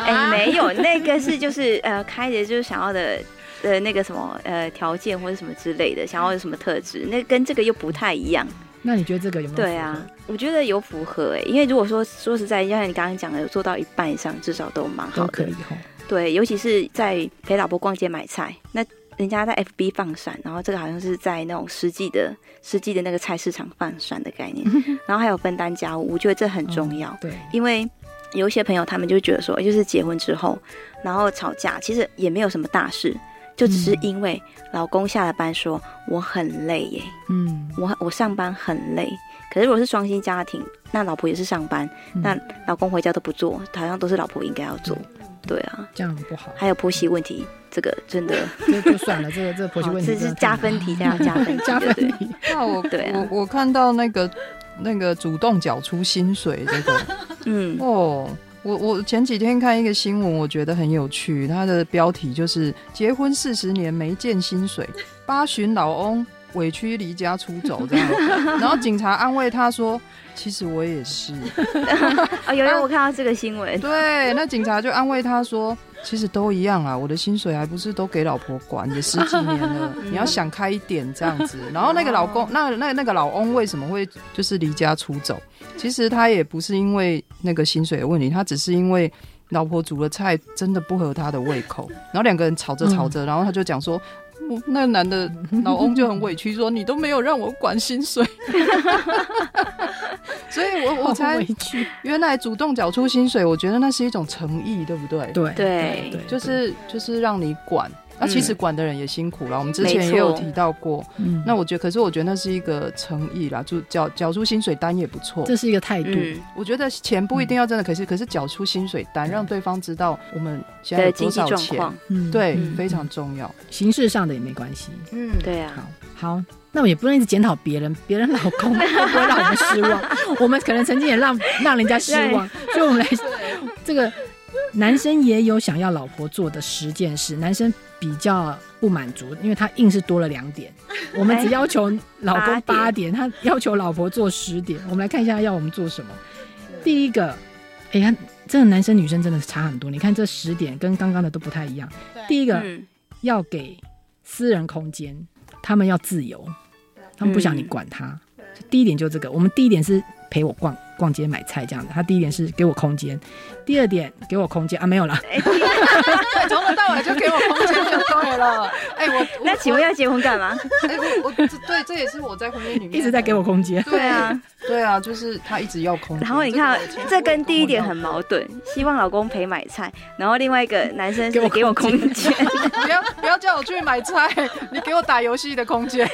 Speaker 2: 哎、没有，那个是就是 [LAUGHS] 呃，开着就是想要的呃那个什么呃条件或者什么之类的，想要有什么特质，那跟这个又不太一样。
Speaker 4: 那你觉得这个有没有？
Speaker 2: 对啊，，我觉得有符合哎、因为如果说说实在，就像你刚刚讲的，有做到一半以上，至少都蛮好
Speaker 4: 都
Speaker 2: 的。
Speaker 4: 可以吼。
Speaker 2: 对，尤其是在陪老婆逛街买菜，那人家在 FB 放闪，然后这个好像是在那种实际的、实际的那个菜市场放闪的概念，然后还有分担家务，我觉得这很重要，
Speaker 4: 对，
Speaker 2: 因为。有一些朋友，他们就觉得说，就是结婚之后，然后吵架，其实也没有什么大事，就只是
Speaker 4: 嗯
Speaker 2: 因为老公下了班说我很累耶，
Speaker 4: 嗯，
Speaker 2: 我我上班很累。可是如果是双薪家庭，那老婆也是上班，
Speaker 4: 嗯
Speaker 2: 那老公回家都不做，好像都是老婆应该要做。对啊，
Speaker 4: 这样很不好。
Speaker 2: 还有婆媳问题，这个真的，
Speaker 4: 这就算了，这个这个婆媳
Speaker 2: 好
Speaker 4: 问题
Speaker 2: 这
Speaker 4: 真
Speaker 2: 是
Speaker 4: 的太
Speaker 2: 加
Speaker 4: 难
Speaker 2: 分题，这样
Speaker 4: [LAUGHS]
Speaker 2: 加分题，
Speaker 4: 加
Speaker 2: 对
Speaker 4: 分
Speaker 2: 不对？
Speaker 4: 题。
Speaker 3: 那我
Speaker 2: 对啊
Speaker 3: 我我看到那个那个主动缴出薪水这个
Speaker 2: 嗯，
Speaker 3: 哦。我我前几天看一个新闻，我觉得很有趣，它的标题就是“结婚四十年没见薪水，八旬老翁委屈离家出走”这样，然后警察安慰他说：“其实我也是。”
Speaker 2: 啊，有有，我看到这个新闻，
Speaker 3: 对，那警察就安慰他说：“其实都一样啊，我的薪水还不是都给老婆管，也十几
Speaker 4: [LAUGHS]
Speaker 3: 年了，你要想开一点这样子。”然后那个老
Speaker 4: 哦
Speaker 3: 公，那那那个老翁为什么会就是离家出走？其实他也不是因为那个薪水的问题，他只是因为。
Speaker 4: 嗯
Speaker 3: 老婆煮的菜真的不合他的胃口，然后两个人吵着吵着，然后他就讲说：“我那个男的老翁就很委屈说：“你都没有让我管薪水。” [LAUGHS] 所以我我
Speaker 4: 好
Speaker 3: 才
Speaker 4: 委屈，哦
Speaker 3: 原来主动缴出薪水，我觉得那是一种诚意，对不对？
Speaker 4: 对
Speaker 2: 对
Speaker 3: 就是就是让你管。
Speaker 2: 嗯
Speaker 3: 那、其实管的人也辛苦了，我们之
Speaker 2: 没
Speaker 3: 前
Speaker 2: 错
Speaker 3: 也有提到过。
Speaker 4: 嗯
Speaker 3: 那我觉得，可是我觉得那是一个诚意啦，就缴缴出薪水单也不错。
Speaker 4: 这是一个态度，
Speaker 2: 嗯，
Speaker 3: 我觉得钱不一定要真的，可是可是缴出薪水单，让对方知道我们现在有
Speaker 2: 的经
Speaker 3: 多
Speaker 2: 济
Speaker 3: 少
Speaker 2: 状
Speaker 3: 钱
Speaker 2: 况，，
Speaker 4: 嗯
Speaker 3: 对，
Speaker 2: 嗯
Speaker 3: 非常
Speaker 2: [LAUGHS]
Speaker 3: 重要。
Speaker 4: 形式上的也没关系。
Speaker 2: 嗯，对啊，
Speaker 4: 好，好，那我也不能一直检讨别人，别人老公 [LAUGHS] 会不会让我们失望？我们可能曾经也让让人家失望，所以我们来这个男生也有想要老婆做的十件事，男生比较不满足，因为他硬是多了两点，我们只要求老公八
Speaker 2: 八
Speaker 4: 点，他要求老婆做十点。我们来看一下要我们做什么。第一个，哎、呀，这个男生女生真的差很多，你看这十点跟刚刚的都不太一样。第一个，
Speaker 2: 嗯，
Speaker 4: 要给私人空间，他们要自由，他们不想你
Speaker 2: 嗯
Speaker 4: 管他。就第一点就这个，我们第一点是陪我逛逛街买菜这样的，他第一点是给我空间，第二点给我空间啊，没有啦，
Speaker 3: 对，从头到尾就给我空间就对了。哎、我我
Speaker 2: 那请问要结婚干嘛？
Speaker 3: 哎、我我这对，这也是我在婚姻里面
Speaker 4: 一直在给我。空
Speaker 2: [LAUGHS]
Speaker 4: 间。
Speaker 3: 对
Speaker 2: 啊，
Speaker 3: 对啊，就是他一直要空间。
Speaker 2: 然后你看啊
Speaker 3: 这个我以前，
Speaker 2: 这跟第一点很矛盾，希望老公陪买菜，然后另外一个男生
Speaker 4: 给我
Speaker 2: 是给我空间，
Speaker 4: [LAUGHS]
Speaker 3: [LAUGHS] 不要不要叫我去买菜，你给我打游戏的空
Speaker 5: [LAUGHS]
Speaker 3: 间。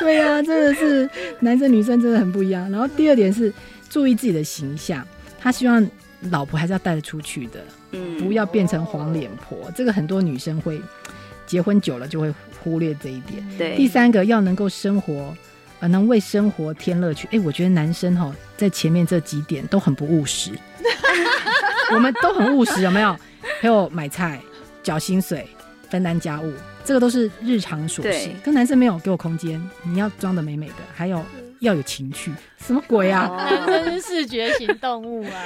Speaker 4: 对啊，真的是男生女生真的很不一样。然后第二点是注意自己的形象，他希望老婆还是要带得出去的，
Speaker 2: 嗯，
Speaker 4: 不要变成黄脸婆。这个很多女生会结婚久了就会忽略这一点。
Speaker 2: 对，
Speaker 4: 第三个要能够生活，呃，能为生活添乐趣。哎、我觉得男生哈，在前面这几点都很不务 [LAUGHS] 实，我们都很务实，有没有？陪我买菜、缴薪水、分担家务，这个都是日常琐事
Speaker 2: 对。
Speaker 4: 跟男生没有给我空间，你要装的美美的，还有要有情趣，嗯什么鬼啊？
Speaker 5: 男
Speaker 2: 哦
Speaker 5: 生是视觉型动物啊，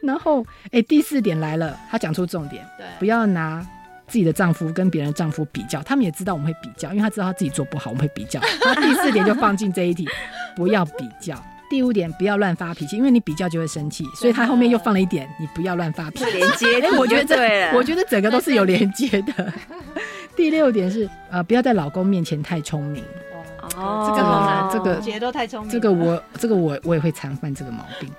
Speaker 4: 然后，哎、第四点来了，他讲出重点，
Speaker 5: 对，
Speaker 4: 不要拿。自己的丈夫跟别人的丈夫比较，他们也知道我们会比较，因为他知道他自己做不好，我们会比较。然后第四点就放进这一题， [LAUGHS] 不要比较。第五点，不要乱发脾气，因为你比较就会生气，所以他后面又放了一点，你不要乱发脾气。
Speaker 2: 连接
Speaker 4: 哎、
Speaker 2: 题
Speaker 4: 我觉得
Speaker 2: 就对
Speaker 4: 这，
Speaker 2: 了，
Speaker 4: 我觉得整个都是有连接的。 [LAUGHS] 第六点是，呃，不要在老公面前太聪明。
Speaker 2: [LAUGHS] 哦，
Speaker 5: 这个好难
Speaker 4: 这个
Speaker 5: 节都太聪明了，
Speaker 4: 这个我这个我我也会常犯这个毛病。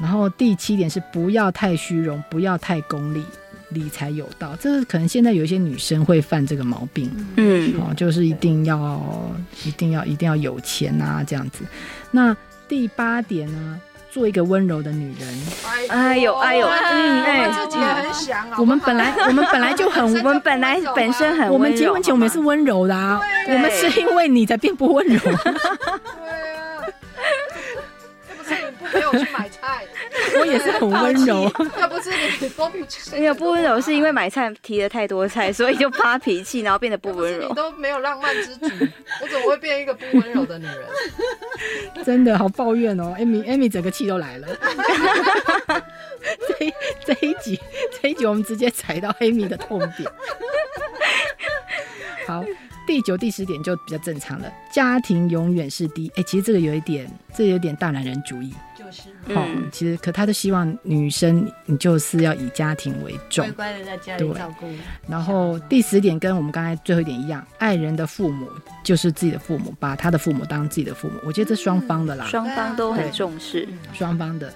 Speaker 4: 然后第七点是不要太虚荣，不要太功利，理财有道。这个可能现在有一些女生会犯这个毛病，
Speaker 2: 嗯，
Speaker 4: 哦，就是一定要一定要一定要有钱啊这样子。那第八点呢，做一个温柔的女人。
Speaker 2: 哎呦哎呦，嗯
Speaker 5: 我
Speaker 2: 哎
Speaker 5: 们，
Speaker 3: 自己也很想啊。
Speaker 4: 我们本 [LAUGHS] 来我们本来就很
Speaker 2: 我
Speaker 4: 温。
Speaker 2: 们本来本身很温柔，
Speaker 4: 我们结婚前我们
Speaker 2: 好 [LAUGHS]
Speaker 4: 是
Speaker 2: 吗
Speaker 4: 温柔的啊，我们
Speaker 2: 对
Speaker 4: 是因为你才变不温柔。
Speaker 3: [LAUGHS]
Speaker 4: 啊
Speaker 3: 对啊，要不是你不陪我去买菜，
Speaker 4: [LAUGHS] 我也是很温柔。啊
Speaker 3: 要不是啊你都不
Speaker 2: 没有哎不温柔，是因为买菜提了太多菜，所以就发脾气，然后变得不温柔
Speaker 3: 你。都没有浪漫之举，我怎么会变一个不温柔的女人？
Speaker 4: [LAUGHS] 真的好抱怨哦，Amy Amy 整个气都来了。 [LAUGHS] 这一这一集这一集我们直接踩到 Amy 的痛 [LAUGHS] 点。好，第九、第十点就比较正常了。家庭永远是第一。哎、其实这个有一点，这有点大男人主义。
Speaker 5: [LAUGHS] 就是
Speaker 4: 好、
Speaker 2: 嗯
Speaker 4: 其实可他就希望女生你就是要以家庭为重
Speaker 5: 乖。乖的在家
Speaker 4: 对
Speaker 5: 里照顾。
Speaker 4: 然后第十点跟我们刚才最后一点一样，爱人的父母就是自己的父母，把他的父母当自己的父母。我觉得这嗯双方的啦。
Speaker 2: 双方都很重视，
Speaker 4: 双方的。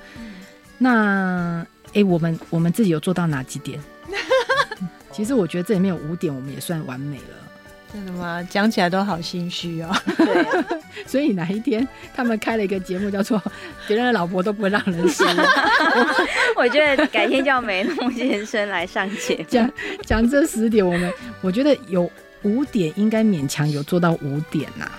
Speaker 4: 那哎、诶我们我们自己有做到哪几点？其实我觉得这里面有五点，我们也算完美了。
Speaker 5: [LAUGHS] 真的吗？讲起来都好心虚哦。
Speaker 2: 对，
Speaker 4: 所以哪一天他们开了一个节目，叫做“别人的老婆都不会让人失望
Speaker 2: 我觉得改天叫美弄先生来上节
Speaker 4: [LAUGHS]
Speaker 2: 目”，。
Speaker 4: 讲讲这十点，我们我觉得有五点应该勉强有做到五点呐、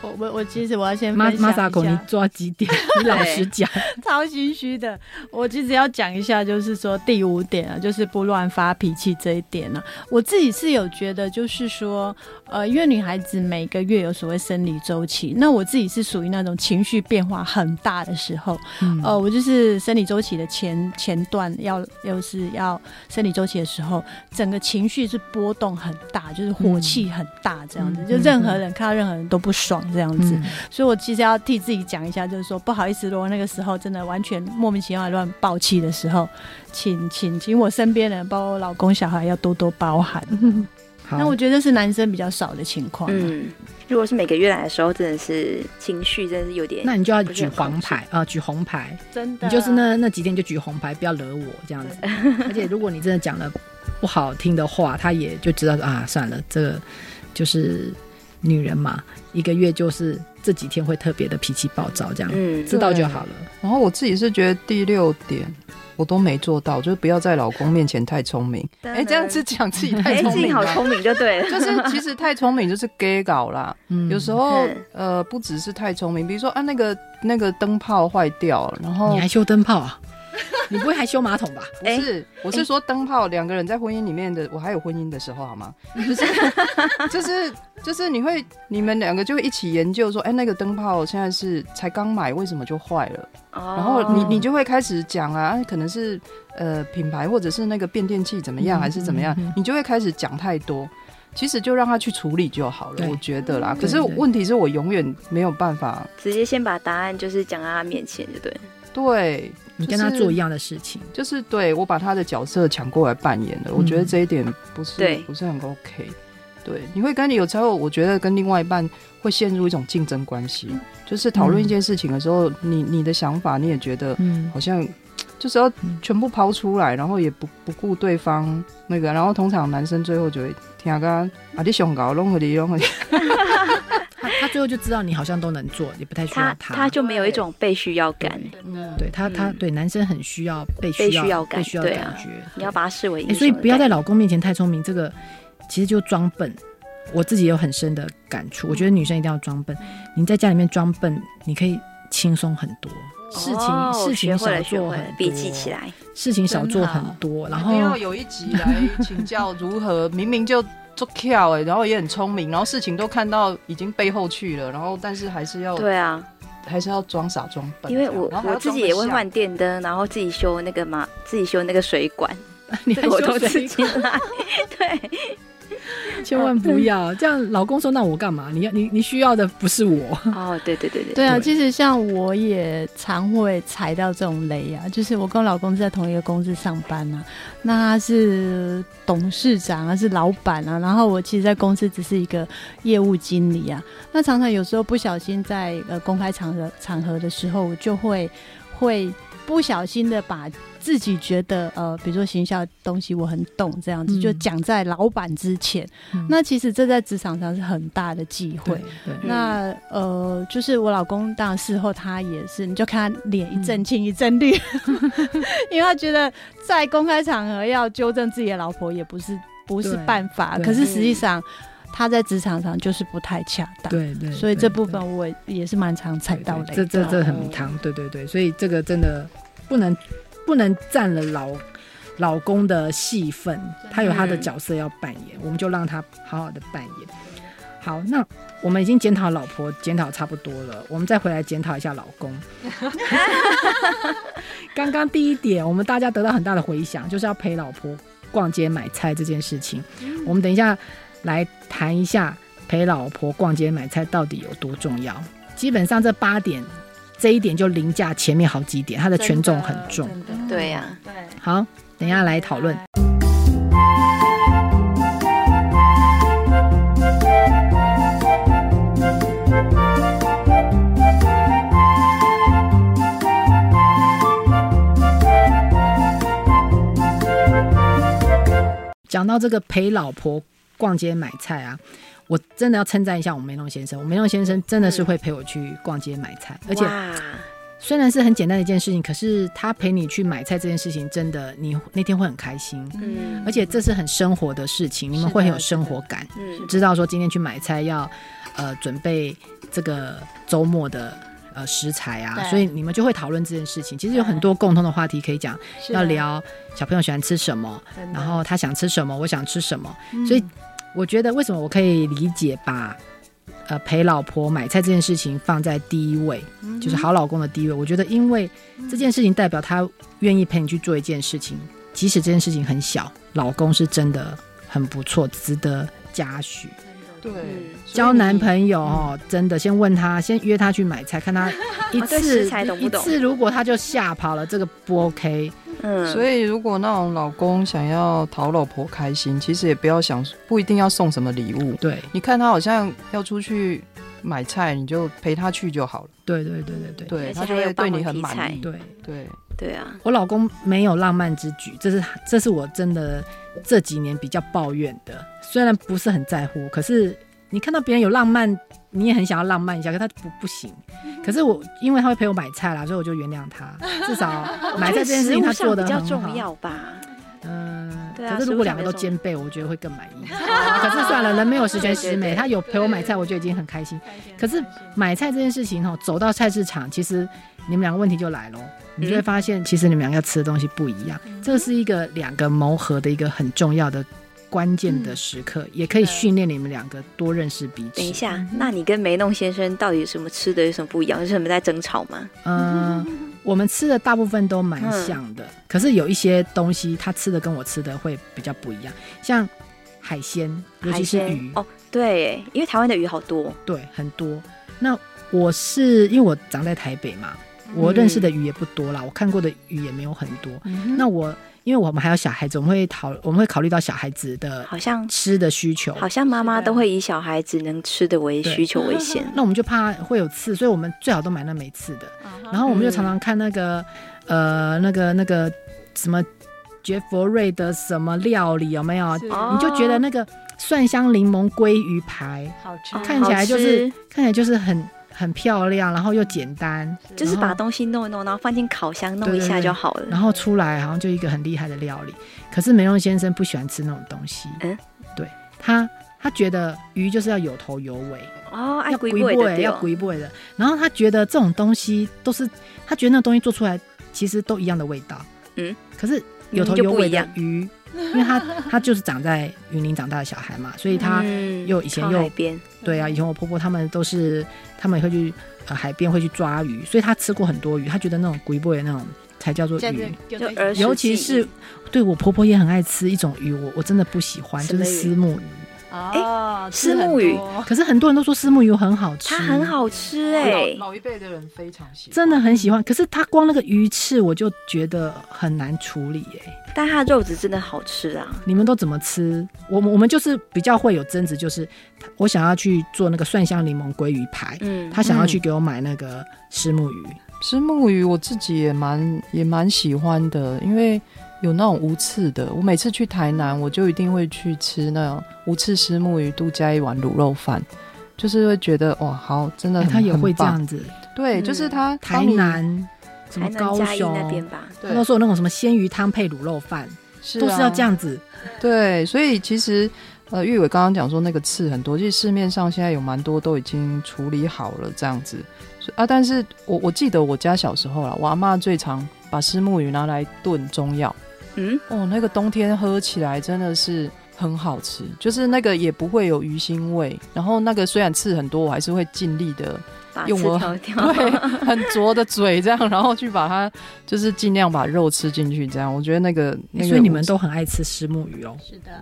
Speaker 5: 我我我，其实我要先
Speaker 4: 马
Speaker 5: 分享
Speaker 4: 马
Speaker 5: 一下
Speaker 4: 萨狗，你做到几点？你老实讲，
Speaker 5: [LAUGHS] 超心虚的。我其实要讲一下，就是说第五点啊，就是不乱发脾气这一点呢、我自己是有觉得，就是说，呃，因为女孩子每个月有所谓生理周期，那我自己是属于那种情绪变化很大的时候，
Speaker 4: 嗯
Speaker 5: 呃，我就是生理周期的前前段要，又是要生理周期的时候，整个情绪是波动很大，就是火气很大这样子，
Speaker 4: 嗯
Speaker 5: 就任何人看到任何人都不爽这样子。
Speaker 4: 嗯
Speaker 5: 所以我其实要替自己讲一下，就是说不好意思，如果那个时候真的完全莫名其妙地乱爆气的时候，请请请我身边的人，包括我老公、小孩要多多包涵。
Speaker 4: 好
Speaker 5: 那我觉得是男生比较少的情况。嗯，
Speaker 2: 嗯，如果是每个月来的时候，真的是情绪真的是有点，
Speaker 4: 那你就要
Speaker 2: 不是
Speaker 4: 举
Speaker 2: 很
Speaker 4: 黄
Speaker 2: 控制
Speaker 4: 牌啊、举红牌，
Speaker 5: 真的，啊
Speaker 4: 你
Speaker 2: 啊
Speaker 4: 就是那那几天就举红牌，不要惹我这样子。 [LAUGHS] 而且如果你真的讲了不好听的话，他也就知道说啊，算了，这个就是女人嘛，一个月就是这几天会特别的脾气暴躁，这样、
Speaker 2: 嗯，
Speaker 4: 知道就好了。
Speaker 3: 然后我自己是觉得第六点我都没做到，就是不要在老公面前太聪明。哎、这样子讲自己太
Speaker 2: 哎，
Speaker 3: 聪
Speaker 2: 自己
Speaker 3: 明啊
Speaker 2: 好
Speaker 3: 了。
Speaker 2: 聪明就对 [LAUGHS]
Speaker 4: [LAUGHS]
Speaker 2: 了，
Speaker 3: 就是其实太聪明就是 gay 搞啦，
Speaker 4: 嗯
Speaker 3: 有时候
Speaker 2: 嗯
Speaker 3: 呃不只是太聪明，比如说啊那个那个灯泡坏掉了，然后
Speaker 4: 你还修灯泡啊？ [LAUGHS] 你不会还修马桶吧？
Speaker 3: 不是，
Speaker 4: 哎
Speaker 3: 我是说灯泡，两个人在婚姻里面的，我还有婚姻的时候，
Speaker 4: [LAUGHS]
Speaker 3: 好吗？就是 [LAUGHS] 就是就是你会，你们两个就会一起研究说，哎、那个灯泡现在是才刚买，为什么就坏了？然
Speaker 2: 然
Speaker 3: 后
Speaker 4: 哦
Speaker 3: 你你就会开始讲啊，啊可能是呃品牌或者是那个变电器怎么
Speaker 4: 嗯
Speaker 3: 样，还是怎么样，你就会开始讲太多。其实就让他去处理就好了，
Speaker 4: 对
Speaker 3: 我觉得啦。
Speaker 2: 嗯
Speaker 3: 可是
Speaker 4: 对对
Speaker 3: 问题是我永远没有办法，
Speaker 2: 直接先把答案就是讲到他面前就对了，
Speaker 3: 对，
Speaker 4: 你跟他
Speaker 3: 就是
Speaker 4: 做一样的事情，
Speaker 3: 就是对我把他的角色抢过来扮演
Speaker 4: 嗯
Speaker 3: 了，我觉得这一点不是
Speaker 2: 对
Speaker 3: 不是很 OK。对，你会跟你有时候，我觉得跟另外一半会陷入一种竞争关系，就是讨论一件事情的时候，你你的想法你也觉得
Speaker 4: 嗯，
Speaker 3: 好像就是要
Speaker 4: 嗯
Speaker 3: 全部抛出来，然后也不不顾对方那个，然后通常男生最后就会听啊，刚啊你想搞弄和
Speaker 2: [LAUGHS]
Speaker 3: 你弄和你，
Speaker 4: 他他最后就知道你好像都能做，也不太需要
Speaker 2: 啊他他就没有一种被需要感，
Speaker 3: 嗯，
Speaker 4: 对他他
Speaker 2: 嗯
Speaker 4: 对男生很需要被
Speaker 2: 被
Speaker 4: 需要
Speaker 2: 需要感
Speaker 4: 被需要
Speaker 2: 对
Speaker 4: 感
Speaker 2: 啊
Speaker 4: 觉，
Speaker 2: 你要把他视为英
Speaker 4: 哎、
Speaker 2: 雄的
Speaker 4: 所以
Speaker 2: 感觉，
Speaker 4: 不要在老公面前太聪明，这个其实就装笨。我自己有很深的感触，我觉得女生一定要装笨。你在家里面装笨，你可以轻松很多，事情、
Speaker 2: 哦
Speaker 4: 事
Speaker 2: 学
Speaker 4: 情
Speaker 2: 会
Speaker 4: 少
Speaker 2: 了学
Speaker 4: 做
Speaker 2: 会
Speaker 4: 很
Speaker 2: 了
Speaker 4: 多，
Speaker 2: 笔记起，来，哎
Speaker 4: 事情少做
Speaker 5: 真好
Speaker 4: 很多，然
Speaker 3: 一定要
Speaker 4: 后
Speaker 3: 有一集来请教如何明明就做跳哎、然后也很聪明，然后事情都看到已经背后去了，然后但是还是要
Speaker 2: 对啊，
Speaker 3: 还是要装傻装笨这
Speaker 2: 因
Speaker 3: 样，
Speaker 2: 为我
Speaker 3: 然后还
Speaker 2: 我
Speaker 3: 要
Speaker 2: 自
Speaker 3: 装
Speaker 2: 己
Speaker 3: 得
Speaker 2: 也会
Speaker 3: 像
Speaker 2: 换电灯，然后自己修那个嘛，自己修那个水 [LAUGHS] 管，
Speaker 4: [LAUGHS] 你
Speaker 2: 这
Speaker 4: 还
Speaker 2: 个我都
Speaker 4: 修
Speaker 2: 自
Speaker 4: 水
Speaker 2: 己来。 [LAUGHS] 对， [LAUGHS]
Speaker 4: 千万不要这样。老公说：“那我干嘛？你要你你需要的不是我。
Speaker 2: 哦，对对对对，
Speaker 5: 对啊，
Speaker 4: 对
Speaker 5: 其实像我也常会踩到这种雷啊，就是我跟我老公是在同一个公司上班啊，那他是董事长啊，是老板啊，然后我其实，在公司只是一个业务经理啊，那常常有时候不小心在呃公开场合场合的时候，我就会会不小心的把。自己觉得呃，比如说行销的东西我很懂，这样子、
Speaker 4: 嗯
Speaker 5: 就讲在老板之前。
Speaker 4: 嗯
Speaker 5: 那其实这在职场上是很大的忌讳
Speaker 4: 对。对，
Speaker 5: 那呃，就是我老公，当然事后他也是，你就看他脸一阵青一阵绿，因为他觉得在公开场合要纠正自己的老婆也不是不是
Speaker 4: 对
Speaker 5: 办法，
Speaker 4: 对
Speaker 5: 可是实际上他在职场上就是不太恰当，
Speaker 4: 对对，
Speaker 5: 所以
Speaker 4: 对
Speaker 5: 这部
Speaker 4: 对
Speaker 5: 分我也是蛮常踩
Speaker 4: 对
Speaker 5: 到
Speaker 4: 对
Speaker 5: 雷
Speaker 4: 这
Speaker 5: 的。
Speaker 4: 这这
Speaker 2: 哦
Speaker 4: 很糖，对对对，所以这个真的不能不能占了老老公的戏份，他有他的角色要扮演，我们就让他好好的扮演。好，那我们已经检讨老婆，检讨差不多了，我们再回来检讨一下老公。刚刚第一点，我们大家得到很大的回响，就是要陪老婆逛街买菜这件事情。我们等一下来谈一下陪老婆逛街买菜到底有多重要。基本上这八点，这一点就凌驾前面好几点，它的权重很重。
Speaker 2: 对呀，
Speaker 4: 好，等一下来讨论。讲到这个陪老婆逛街买菜啊，我真的要称赞一下我梅弄先生，我梅弄先生真的是会陪我去逛街买菜，而且
Speaker 2: 哇
Speaker 4: 虽然是很简单的一件事情，可是他陪你去买菜这件事情，真的你那天会很开心，
Speaker 2: 嗯
Speaker 4: 而且这是很生活的事情，你们会很有生活感，
Speaker 2: 嗯
Speaker 4: 知道说今天去买菜要呃准备这个周末的。呃，食材啊，
Speaker 5: 对
Speaker 4: 所以你们就会讨论这件事情。其实有很多共通的话题可以讲，
Speaker 5: 是
Speaker 2: 啊
Speaker 4: 要，
Speaker 5: 的
Speaker 4: 聊小朋友喜欢吃什么，
Speaker 5: 真的
Speaker 4: 然后他想吃什么，我想吃什么。
Speaker 2: 嗯
Speaker 4: 所以我觉得为什么我可以理解把呃陪老婆买菜这件事情放在第一位，
Speaker 2: 嗯
Speaker 4: 就是好老公的第一位。我觉得因为这件事情代表他愿意陪你去做一件事情，即使这件事情很小，老公是真的很不错，值得嘉许。
Speaker 3: 对
Speaker 2: 嗯
Speaker 4: 交男朋友哦，真的先问他，先约
Speaker 2: [LAUGHS]
Speaker 4: 他去买菜，看他一
Speaker 2: 啊对
Speaker 4: 次
Speaker 2: 食材懂不
Speaker 4: 一
Speaker 2: 懂
Speaker 4: 次，如果他就吓跑了，这个不 OK。
Speaker 2: 嗯，
Speaker 3: 所以如果那种老公想要讨老婆开心，其实也不要想，不一定要送什么礼物。
Speaker 4: 对
Speaker 3: 你看他好像要出去买菜，你就陪他去就好了。
Speaker 4: 对对对对对
Speaker 3: 对
Speaker 2: 而且
Speaker 3: 他就
Speaker 2: 还有
Speaker 3: 会对
Speaker 2: 帮忙
Speaker 3: 你很
Speaker 2: 提菜
Speaker 3: 满意。
Speaker 4: 对。
Speaker 3: 对，
Speaker 2: 对啊，
Speaker 4: 我老公没有浪漫之举，这是他这是我真的这几年比较抱怨的。虽然不是很在乎，可是你看到别人有浪漫，你也很想要浪漫一下，可他不不行。
Speaker 2: 嗯
Speaker 4: 可是我因为他会陪我买菜啦，所以我就原谅他，至少买菜这件
Speaker 2: [LAUGHS]
Speaker 4: 事情他做的
Speaker 2: 比较
Speaker 4: 很
Speaker 2: 重
Speaker 4: 好。
Speaker 2: 要吧？
Speaker 4: 嗯、
Speaker 2: 对啊
Speaker 4: 可是
Speaker 2: 食
Speaker 4: 如
Speaker 2: 物
Speaker 4: 果
Speaker 2: 上
Speaker 4: 两个
Speaker 2: 比
Speaker 4: 都
Speaker 2: 较
Speaker 4: 兼备，我觉得会更满意。 [LAUGHS]
Speaker 2: 啊
Speaker 4: 可是算了，人没有十全十
Speaker 2: [LAUGHS] 对对
Speaker 4: 美，
Speaker 2: 对
Speaker 4: 他有陪我买菜，我就已经很开心。可是买菜这件事情哦，走到菜市场，其实你们两个问题就来
Speaker 2: 嗯
Speaker 4: 了，你就会发现，其实你们两个要吃的东西不一样。这是一个两个磨合的一个很重要的关键的时刻，也可以训练你们两个多认识彼此。
Speaker 2: 嗯等一，下，那你跟梅弄先生到底有什么吃的有什么不一样？有什么在争吵吗？ [LAUGHS]
Speaker 4: 嗯、我们吃的大部分都蛮像
Speaker 2: 嗯
Speaker 4: 的，可是有一些东西他吃的跟我吃的会比较不一样，像海鲜，尤其是
Speaker 2: 海鲜
Speaker 4: 鱼，
Speaker 2: 哦，对，因为台湾的鱼好多，
Speaker 4: 对，很多。那我是因为我长在台北嘛，
Speaker 2: 嗯
Speaker 4: 我认识的鱼也不多啦，我看过的鱼也没有很多。
Speaker 2: 嗯
Speaker 4: 那我因为我们还有小孩子，我们会讨我们会考虑到小孩子的
Speaker 2: 好像
Speaker 4: 吃的需求，
Speaker 2: 好像妈妈
Speaker 5: 是的
Speaker 2: 都会以小孩子能吃的为
Speaker 4: 对。
Speaker 2: 需求为先
Speaker 4: 那我们就怕会有刺，所以我们最好都买那没刺的。
Speaker 2: 嗯
Speaker 4: 然后我们就常常看那个、呃那个那个什么杰佛瑞的什么料理有没有？
Speaker 5: 是
Speaker 2: 哦
Speaker 4: 你就觉得那个蒜香柠檬鲑鱼排
Speaker 5: 好吃
Speaker 2: 哦，
Speaker 4: [LAUGHS] 看起来就是嗯
Speaker 2: 好
Speaker 4: 看起来就是很很漂亮，然后又简单。
Speaker 2: 吃就是
Speaker 4: 然后
Speaker 2: 把东西弄一弄，然后放进烤箱弄一
Speaker 4: 对对
Speaker 2: 下
Speaker 4: 对
Speaker 2: 就好了。
Speaker 4: 然后出来好像就一个很厉害的料理。可是梅隆先生不喜欢吃那种东西，
Speaker 2: 嗯
Speaker 4: 对他他觉得鱼就是要有头有尾，
Speaker 2: 哦，爱
Speaker 4: 要
Speaker 2: 龟
Speaker 4: 鬼
Speaker 2: 贵的
Speaker 4: 味，
Speaker 2: 对
Speaker 4: 要
Speaker 2: 哦，
Speaker 4: 鬼味的。然后他觉得这种东西都是，他觉得那东西做出来其实都一样的味道，
Speaker 2: 嗯，
Speaker 4: 可是有头
Speaker 2: 明明就
Speaker 4: 有
Speaker 2: 不
Speaker 4: 尾
Speaker 2: 一
Speaker 4: 的
Speaker 2: 样
Speaker 4: 鱼，因为他 [LAUGHS] 他就是长在云林长大的小孩嘛，所以他、
Speaker 2: 嗯
Speaker 4: 又以前
Speaker 2: 靠
Speaker 4: 又
Speaker 2: 海边，
Speaker 4: 对啊，以前我婆婆他们都是，他们也会去呃海边会去抓鱼，所以他吃过很多鱼，他觉得那种鬼味的那种才叫做
Speaker 5: 现在
Speaker 4: 鱼。
Speaker 5: 就
Speaker 2: 就儿时
Speaker 4: 尤其
Speaker 2: 记忆
Speaker 4: 是对我婆婆也很爱吃一种鱼，我我真的不喜欢，
Speaker 2: 什
Speaker 4: 就
Speaker 2: 么
Speaker 4: 是
Speaker 2: 鱼
Speaker 4: 丝木鱼。
Speaker 5: 哦，
Speaker 2: 吃很多
Speaker 4: 可是很多人都说丝木鱼很好吃，
Speaker 2: 它很，好吃哎，
Speaker 3: 老一辈的人非常喜欢，
Speaker 4: 真的很喜欢。可是它光那个鱼翅我就觉得很难处理耶、
Speaker 2: 但它的肉质真的好吃啊。
Speaker 4: 你们都怎么吃？我们我们就是比较会有争执，就是我想要去做那个蒜香柠檬鲑鱼排，
Speaker 2: 嗯，
Speaker 4: 他想要去给我买那个丝木鱼。
Speaker 3: 石木鱼我自己也蛮也蛮喜欢的，因为有那种无刺的。我每次去台南，我就一定会去吃那种无刺石木鱼，度加一碗卤肉饭，就是会觉得哇，好，真的
Speaker 4: 哎
Speaker 3: 很、
Speaker 4: 他也
Speaker 3: 嗯很
Speaker 4: 会这
Speaker 3: 棒
Speaker 4: 样子，
Speaker 3: 对，
Speaker 2: 嗯
Speaker 3: 就是他
Speaker 4: 台南、什么
Speaker 2: 台南
Speaker 4: 高
Speaker 2: 嘉义那边
Speaker 4: 雄，
Speaker 2: 吧，
Speaker 4: 他都
Speaker 3: 对，
Speaker 4: 说有那种什么鲜鱼汤配卤肉饭，
Speaker 3: 是
Speaker 4: 都是要
Speaker 3: 啊
Speaker 4: 这样子。
Speaker 3: 对，所以其实呃，玉伟刚刚讲说那个刺很多，其实市面上现在有蛮多都已经处理好了这样子所以啊。但是我我记得我家小时候啦，我阿妈最常把石木鱼拿来炖中药
Speaker 2: 嗯，
Speaker 3: 哦，那个冬天喝起来真的是。很好吃，就是那个也不会有鱼腥味，然后那个虽然刺很多，我还是会尽力的，
Speaker 2: 把刺
Speaker 3: 用我
Speaker 2: 挑一挑，
Speaker 4: [LAUGHS]
Speaker 3: [LAUGHS] 对，很浊的嘴这样，然后去把它就是尽量把肉吃进去，这样我觉得那个那个
Speaker 4: 所以你们都很爱吃石木鱼哦。
Speaker 5: 是的。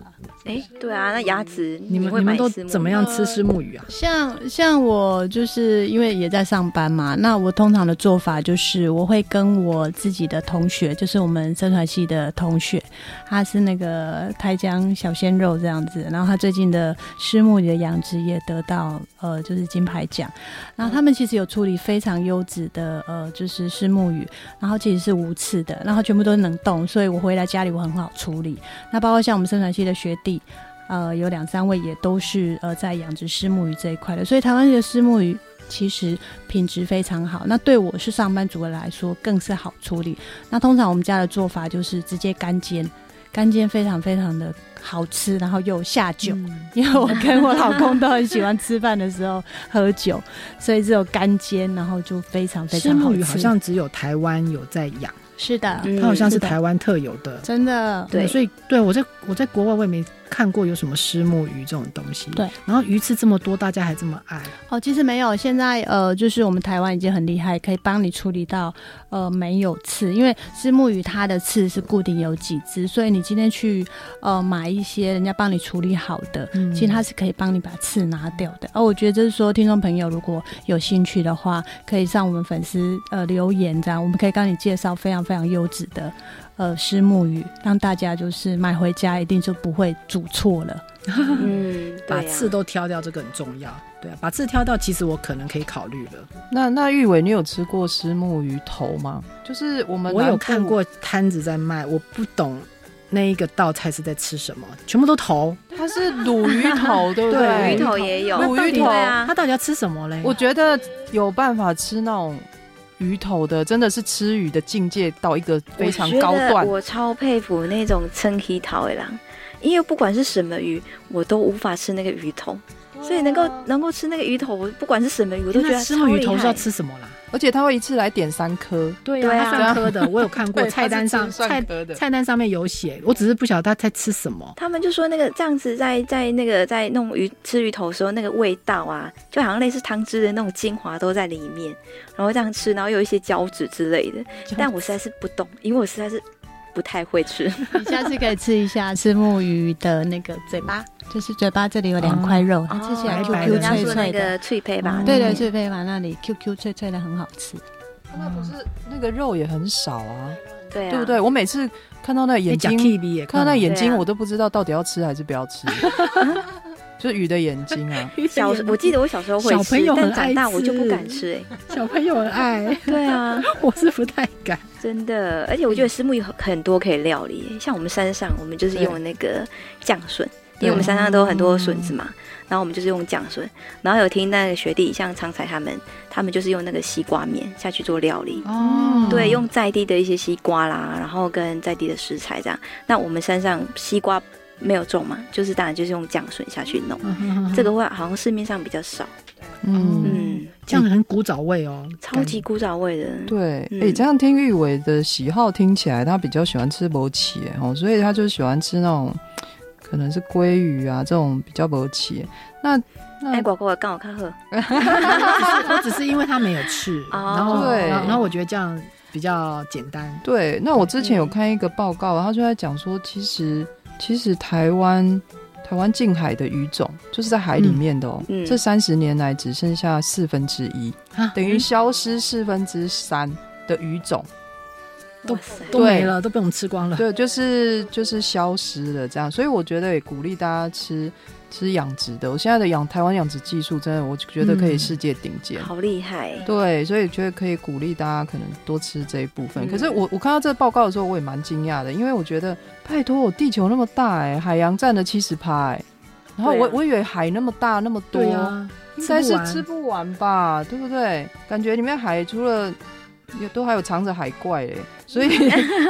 Speaker 2: 哎，对啊，那牙齿
Speaker 4: 你们
Speaker 2: 会
Speaker 4: 你们
Speaker 2: 买
Speaker 4: 都
Speaker 2: 石磨
Speaker 4: 怎么样吃石木鱼啊？
Speaker 5: 像像我就是因为也在上班嘛，那我通常的做法就是我会跟我自己的同学，就是我们生传系的同学，他是那个台江小鲜肉这样子，然后他最近的虱目鱼的养殖也得到呃就是金牌奖，然后他们其实有处理非常优质的呃就是虱目鱼，然后其实是无刺的，然后全部都是冷冻，所以我回来家里我很好处理。那包括像我们生传系的学弟，呃，有两三位也都是呃在养殖虱目鱼这一块的，所以台湾的虱目鱼其实品质非常好。那对我是上班族的来说，更是好处理。那通常我们家的做法就是直接干煎。干煎非常非常的好吃，然后又下酒，
Speaker 4: 嗯
Speaker 5: 因为我跟我老公都很喜欢吃饭的时候喝酒，所以只有干煎，然后就非常非
Speaker 4: 石
Speaker 5: 常好
Speaker 4: 木
Speaker 5: 吃。
Speaker 4: 鱼好像只有台湾有在养，
Speaker 5: 是的，
Speaker 2: 嗯
Speaker 4: 它好像是
Speaker 5: 是的
Speaker 4: 台湾特有的。
Speaker 5: 真的，
Speaker 2: 对
Speaker 4: 所以对我在我在国外我也没看过有什么石木鱼这种东西。
Speaker 5: 对，
Speaker 4: 然后鱼吃这么多，大家还这么爱，
Speaker 5: 哦，其实没有，现在呃，就是我们台湾已经很厉害，可以帮你处理到呃没有刺，因为丝木鱼它的刺是固定有几只，所以你今天去呃买一些人家帮你处理好的，
Speaker 4: 嗯
Speaker 5: 其实它是可以帮你把刺拿掉的。哦而、我觉得就是说，听众朋友如果有兴趣的话，可以上我们粉丝呃留言这样，我们可以帮你介绍非常非常优质的呃虱目鱼，让大家就是买回家一定就不会煮错了。
Speaker 2: 嗯，
Speaker 4: 把
Speaker 2: 对啊
Speaker 4: 刺都挑掉，这个很重要。对啊，把刺挑掉，其实我可能可以考虑了。
Speaker 3: 那那玉伟，你有吃过虱目鱼头吗？就是我们
Speaker 4: 我
Speaker 3: 南
Speaker 4: 有
Speaker 3: 部
Speaker 4: 看，过摊子在卖，我不懂那一个道菜是在吃什么，全部都头。
Speaker 3: 它是卤鱼头，对不
Speaker 4: 对
Speaker 3: 对？
Speaker 2: 鱼头也有，
Speaker 3: 那到底
Speaker 2: 对啊
Speaker 4: 他，到底要吃什么嘞？哎
Speaker 3: 我觉得有办法吃那种鱼头的，真的是吃鱼的境界到一个非常高
Speaker 2: 我觉
Speaker 3: 段
Speaker 2: 得。我超佩服那种撑起桃的狼，因为不管是什么鱼，我都无法吃那个鱼头，所以能够能够吃那个鱼头，我不管是什么鱼，我都觉
Speaker 4: 哦那
Speaker 2: 得
Speaker 4: 吃
Speaker 2: 超
Speaker 4: 鱼
Speaker 2: 厉
Speaker 4: 头
Speaker 2: 害。
Speaker 4: 是要吃什么啦？
Speaker 3: 而且他会一次来点三颗，
Speaker 4: 对
Speaker 2: 对
Speaker 4: 啊，
Speaker 2: 啊
Speaker 4: 它算颗
Speaker 3: [LAUGHS]
Speaker 4: 的，我有看过
Speaker 3: 对
Speaker 4: 菜单上
Speaker 3: 它是吃
Speaker 4: 菜
Speaker 3: 蒜科的
Speaker 4: 菜单上面有写，我只是不晓得他在吃什么。
Speaker 2: 他们就说那个这样子在在那个在弄鱼吃鱼头的时候，那个味道啊，就好像类似汤汁的那种精华都在里面，然后这样吃，然后有一些胶质之类的。但我实在是不懂，因为我实在是不太会吃。
Speaker 5: 你下次可以吃一下吃木鱼的那个嘴巴，就是嘴巴这里有两块肉，啊它吃起来
Speaker 4: 白
Speaker 5: Q
Speaker 4: 白的
Speaker 5: Q
Speaker 2: 人家
Speaker 5: 脆
Speaker 2: 说那
Speaker 5: 脆哦哎的。嗯
Speaker 2: 个脆胚吧，
Speaker 5: 对
Speaker 2: 对
Speaker 5: 对，脆配嘛，那里 Q Q 脆脆的，很好吃。
Speaker 3: 那不是那个肉也很少啊，
Speaker 2: 对啊，
Speaker 3: 对不对？我每次看到那眼
Speaker 4: 讲哎
Speaker 3: 睛，
Speaker 4: K B 也
Speaker 3: 看到那眼
Speaker 2: 对
Speaker 3: 睛，
Speaker 2: 啊
Speaker 3: 我都不知道到底要吃还是不要吃，就是鱼的眼睛
Speaker 4: [LAUGHS]
Speaker 3: 啊。
Speaker 2: 小时我记得我小时候会
Speaker 4: 小朋
Speaker 2: 吃
Speaker 4: 友，很
Speaker 2: 但长大
Speaker 4: 爱
Speaker 2: 我就不
Speaker 4: 吃
Speaker 2: 敢吃、欸。
Speaker 4: 小朋友很爱， [LAUGHS]
Speaker 2: 对啊，
Speaker 4: 我是不太敢。
Speaker 2: 真的，而且我觉
Speaker 4: 嗯
Speaker 2: 得石木有很很多可以料理耶，像我们山上，我们就是用那个酱笋，因为我们山上都有很多
Speaker 4: 嗯
Speaker 2: 笋子嘛，然后我们就是用酱笋，然后有听那个学弟像常才他们，他们就是用那个西瓜面下去做料理。
Speaker 4: 哦
Speaker 2: 对，用在地的一些西瓜啦，然后跟在地的食材这样。那我们山上西瓜没有种嘛，就是当然就是用酱笋下去
Speaker 4: 嗯
Speaker 2: 弄。这个话好像市面上比较少，
Speaker 3: 嗯，
Speaker 2: 嗯，
Speaker 4: 这样很古早味哦，
Speaker 2: 超级古早味的。
Speaker 3: 对，哎、
Speaker 2: 嗯
Speaker 3: 这样听玉伟的喜好听起来，他比较喜欢吃薄起耶哦，所以他就喜欢吃那种可能是鲑鱼啊这种比较薄起耶。那那
Speaker 4: 啊
Speaker 2: 哎，果果刚好看喝， [LAUGHS]
Speaker 4: 我只是因为它没有刺，
Speaker 2: 哦
Speaker 4: 然后
Speaker 3: 对
Speaker 4: 然后然后我觉得这样比较简单。
Speaker 3: 对，那我之
Speaker 2: 嗯
Speaker 3: 前有看一个报告，他就在讲说，其实其实台湾台湾近海的鱼种，就是在海里面的哦，
Speaker 2: 嗯嗯
Speaker 3: 这三十年来只剩下四分之一，
Speaker 4: 啊
Speaker 3: 等
Speaker 2: 嗯
Speaker 3: 于消失四分之三的鱼种，
Speaker 2: 哇塞，
Speaker 4: 都没了，都被我们
Speaker 2: [LAUGHS]
Speaker 4: 吃光了。
Speaker 3: 对，就是就是消失了这样，所以我觉得也鼓励大家吃吃养殖的。我现在的养台湾养殖技术，真的我觉得可以
Speaker 4: 嗯
Speaker 3: 世界顶尖。
Speaker 2: 好厉害。
Speaker 3: 对，所以觉得可以鼓励大家可能多吃这一部分。
Speaker 2: 嗯
Speaker 3: 可是我我看到这个报告的时候，我也蛮惊讶的，因为我觉得拜托，我地球那么大哎、海洋占了七十趴哎，然后
Speaker 2: 对啊啊
Speaker 3: 我、我以为海那么大那么多，
Speaker 4: 对呀，
Speaker 3: 实在是吃
Speaker 4: 吃不
Speaker 3: 不完吧，对不对？感觉里面海除了也都还有藏着海怪嘞，所以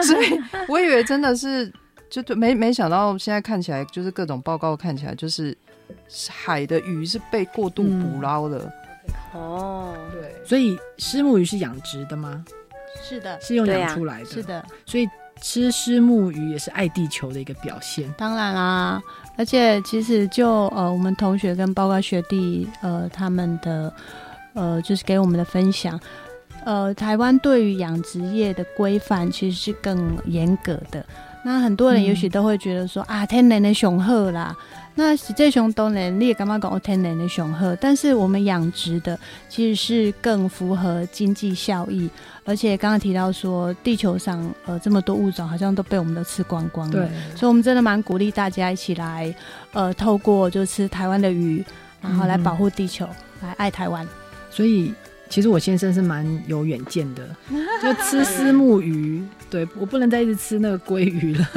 Speaker 3: 所以我以为真的是就就没没想到现在看起来就是各种报告看起来就是海的鱼是被过度捕
Speaker 4: 嗯
Speaker 3: 捞了，
Speaker 2: 哦，
Speaker 3: 对。
Speaker 4: 完。所以虱目鱼是养殖的吗？
Speaker 5: 是的，
Speaker 4: 是用
Speaker 2: 对
Speaker 4: 养
Speaker 2: 啊
Speaker 4: 出来的。
Speaker 5: 是。的，
Speaker 4: 所以吃虱目鱼也是爱地球的一个表现。
Speaker 5: 当然啊，而且其实就呃，我们同学跟包括学弟呃他们的呃，就是给我们的分享，呃，台湾对于养殖业的规范其实是更严格的。那很多人也许都会觉得说、啊，天然的雄鹤啦，那实际熊当然你也干嘛讲哦天然的雄鹤，但是我们养殖的其实是更符合经济效益，而且刚刚提到说地球上呃这么多物种好像都被我们都吃光光了，
Speaker 4: 对，
Speaker 5: 所以我们真的蛮鼓励大家一起来，呃，透过就吃台湾的鱼，然后来保护地球，来爱台
Speaker 4: 嗯
Speaker 5: 湾。
Speaker 4: 所以其实我先生是蛮有远见的，就吃虱目鱼。对我不能再一直吃那个鲑鱼了，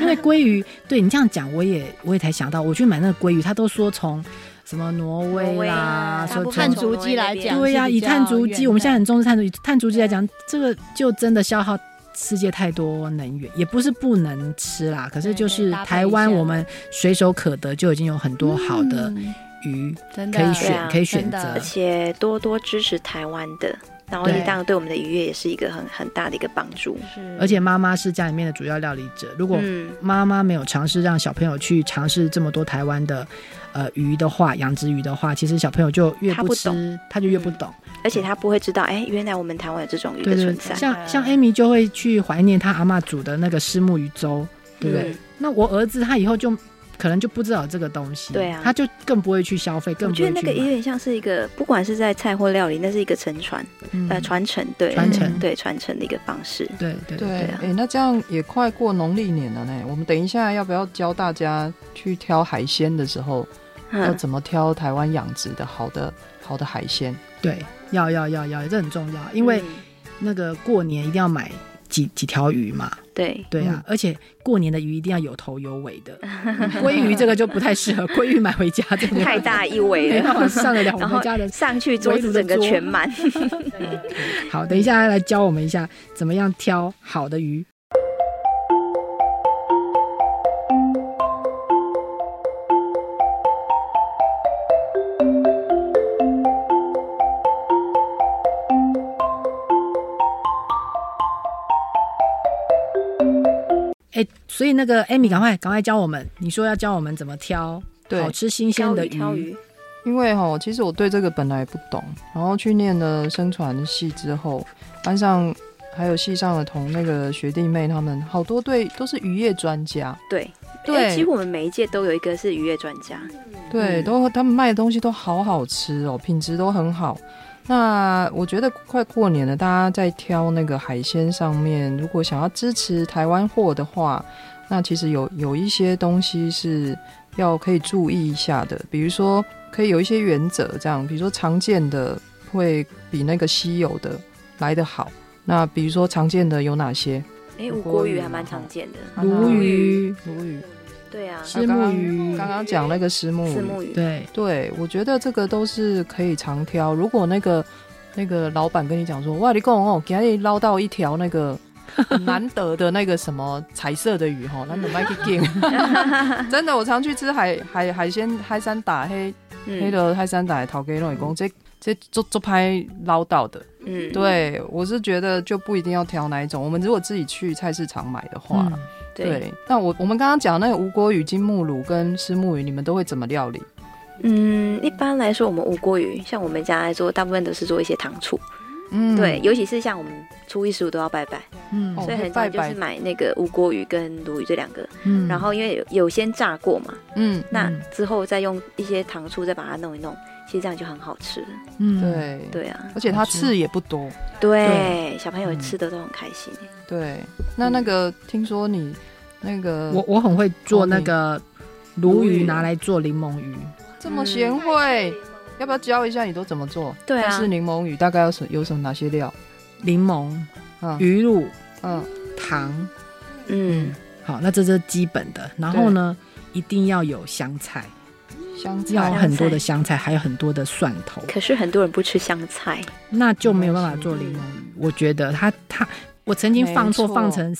Speaker 4: 因为鲑鱼，对你这样讲，我也我也才想到，我去买那个鲑鱼，他都说从什么挪
Speaker 2: 挪
Speaker 4: 威
Speaker 2: 威
Speaker 4: 啦
Speaker 2: 啊，
Speaker 4: 说
Speaker 2: 大部
Speaker 4: 从
Speaker 2: 分
Speaker 5: 碳足迹来讲，
Speaker 4: 对呀、以碳足迹，我们现在
Speaker 5: 在
Speaker 4: 很重视碳足迹。碳足迹来讲，这个就真的消耗世界太多能源，也不是不能吃啦。可是就是
Speaker 5: 对搭配一下
Speaker 4: 台湾，我们随手可得就已经有很多好的
Speaker 5: 嗯
Speaker 4: 鱼
Speaker 5: 真的
Speaker 4: 可以
Speaker 2: 对
Speaker 4: 选，
Speaker 2: 啊
Speaker 4: 可以选
Speaker 5: 真的
Speaker 4: 择
Speaker 2: 而。且多多支持台湾的，然后
Speaker 4: 对
Speaker 2: 你当然对我们的渔业也是一个很很大的一个帮助。
Speaker 5: 是
Speaker 4: 而且妈妈是家里面的主要料理者，如果
Speaker 2: 嗯，
Speaker 4: 妈妈没有尝试让小朋友去尝试这么多台湾的呃鱼的话，养殖鱼的话，其实小朋友就越
Speaker 2: 他
Speaker 4: 不
Speaker 2: 不
Speaker 4: 吃，
Speaker 2: 懂
Speaker 4: 他就越不懂。
Speaker 2: 而且他不会知道，哎，原来我们台湾有这种鱼
Speaker 4: 对
Speaker 2: 的嗯
Speaker 4: 对
Speaker 2: 存
Speaker 4: 对，
Speaker 2: 在。
Speaker 4: 像像 Amy 就会去怀念她阿嬷煮的那个虱目鱼粥，对不对？
Speaker 2: 嗯
Speaker 4: 那我儿子他以后就可能就不知道这个东西，
Speaker 2: 对啊
Speaker 4: 他就更不会去消费，更
Speaker 2: 我
Speaker 4: 不
Speaker 2: 觉得
Speaker 4: 会
Speaker 2: 那个
Speaker 4: 去
Speaker 2: 有
Speaker 4: 买。
Speaker 2: 点像是一个，不管是在菜或料理，那是一个承传，
Speaker 4: 嗯
Speaker 2: 呃，传承，嗯对，
Speaker 4: 传承
Speaker 2: 对，传承的一个方式。
Speaker 4: 对对
Speaker 3: 对，哎
Speaker 2: 啊、
Speaker 3: 那这样也快过农历年了呢。我们等一下要不要教大家去挑海鲜的时候，要
Speaker 4: 哦
Speaker 2: 嗯，
Speaker 3: 怎么挑台湾养殖的好的好的海鲜？
Speaker 4: 对，要要要要，这很重要，因为
Speaker 2: 嗯
Speaker 4: 那个过年一定要买几几条鱼嘛，
Speaker 2: 对，
Speaker 4: 对啊，而且过年的鱼一定要有头有尾
Speaker 2: [LAUGHS]
Speaker 4: 的，鲑鱼这个就不太适合，鲑鱼买回家哎真的
Speaker 2: 太大一围
Speaker 4: [LAUGHS] 没办
Speaker 2: 了，
Speaker 4: 法上得了我
Speaker 2: [LAUGHS] 然
Speaker 4: 们
Speaker 2: 后
Speaker 4: 家的。
Speaker 2: 上去桌
Speaker 4: 围炉
Speaker 2: 子
Speaker 4: 的
Speaker 2: 整个
Speaker 4: 桌
Speaker 2: 全满。 [LAUGHS]
Speaker 4: 好，等一下来教我们一下怎么样挑好的鱼。哎、所以那个 Amy，赶快赶快教我们，你说要教我们怎么挑
Speaker 3: 对
Speaker 4: 好，吃新鲜
Speaker 2: 挑
Speaker 4: 的
Speaker 2: 鱼，挑鱼，
Speaker 3: 因为哈，其实我对这个本来也不懂，然后去念了生传系之后，班上还有系上的同那个学弟妹他们，好多对都是渔业专家，
Speaker 2: 对，
Speaker 3: 对
Speaker 2: 哎几乎我们每一届都有一个是渔业专家，
Speaker 3: 对，
Speaker 2: 嗯
Speaker 3: 都他们卖的东西都好好吃哦，品质都很好。那我觉得快过年了，大家在挑那个海鲜上面，如果想要支持台湾货的话，那其实有有一些东西是要可以注意一下的，比如说可以有一些原则，这样，比如说常见的会比那个稀有的来得好。那比如说常见的有哪些？
Speaker 2: 哎，
Speaker 3: 吴
Speaker 2: 吴
Speaker 3: 郭
Speaker 2: 郭鱼
Speaker 3: 鱼嘛
Speaker 2: 还蛮
Speaker 3: 哈
Speaker 2: 常见的，
Speaker 3: 嗯
Speaker 4: 鲈鱼、
Speaker 3: 啊鲈鱼、
Speaker 2: 对啊，
Speaker 4: 石目鱼，
Speaker 3: 刚刚讲那个石目
Speaker 2: 四
Speaker 3: 鱼，
Speaker 2: 目鱼，
Speaker 4: 对，
Speaker 3: 嗯对，我觉得这个都是可以常挑。如果那个那个老板跟你讲说，哇，你讲哦，给你捞到一条那个很难得的那个什么彩色的鱼哈，难得
Speaker 2: [LAUGHS]
Speaker 3: 卖去见。 [LAUGHS] 真的，我常去吃海海海鲜海山打黑
Speaker 2: 嗯
Speaker 3: 黑的海山打的头给弄工，这这做做拍捞到的。
Speaker 2: 嗯，
Speaker 3: 对，我是觉得就不一定要挑哪一种。我们如果自己去菜市场买的话，
Speaker 4: 嗯
Speaker 2: 对，，
Speaker 3: 那我我们刚刚讲那个吴锅鱼、金目鲈跟石目鱼，你们都会怎么料理？
Speaker 2: 嗯，一般来说我们吴郭鱼，像我们家来做，大部分都是做一些糖醋，
Speaker 3: 嗯
Speaker 2: 对，，尤其是像我们初一十五都要拜拜，
Speaker 4: 嗯
Speaker 3: 哦
Speaker 2: 所以
Speaker 3: 会
Speaker 2: 很
Speaker 3: 拜
Speaker 2: 常就
Speaker 3: 拜
Speaker 2: 是买那个吴郭鱼跟鲈鱼这两个，
Speaker 4: 嗯
Speaker 2: 然后因为有有先炸过嘛，
Speaker 3: 嗯，
Speaker 2: 那
Speaker 4: 嗯
Speaker 2: 之后再用一些糖醋再把它弄一弄，其实这样就很好吃了。
Speaker 3: 哦
Speaker 4: 嗯，
Speaker 3: 对。
Speaker 2: 对啊，
Speaker 3: 而且它刺也不多。
Speaker 2: 对，小朋友
Speaker 3: 嗯
Speaker 2: 吃的都很开心。欸
Speaker 3: 对，那那个听说你那个
Speaker 4: 我我很会做那个鲈
Speaker 3: 呃鲈鱼
Speaker 4: 鱼，拿来做柠檬鱼。
Speaker 3: 这么贤惠，要不要教一下你都怎么做？
Speaker 2: 对啊
Speaker 3: 但是柠檬鱼大概要什有什么哪些料？
Speaker 4: 柠檬、
Speaker 3: 嗯
Speaker 4: 鱼露、
Speaker 3: 嗯，
Speaker 4: 糖，
Speaker 2: 嗯，
Speaker 4: 好，那这是基本的。然后呢，一定要有香菜，
Speaker 3: 香
Speaker 4: 要
Speaker 3: 菜
Speaker 2: 香菜
Speaker 4: 很多的香菜，还有很多的蒜头，
Speaker 2: 可是很多人不吃香菜，
Speaker 4: 那就没有办法做柠檬鱼。我觉得它它，我曾经放错，
Speaker 3: 没错
Speaker 4: 放成。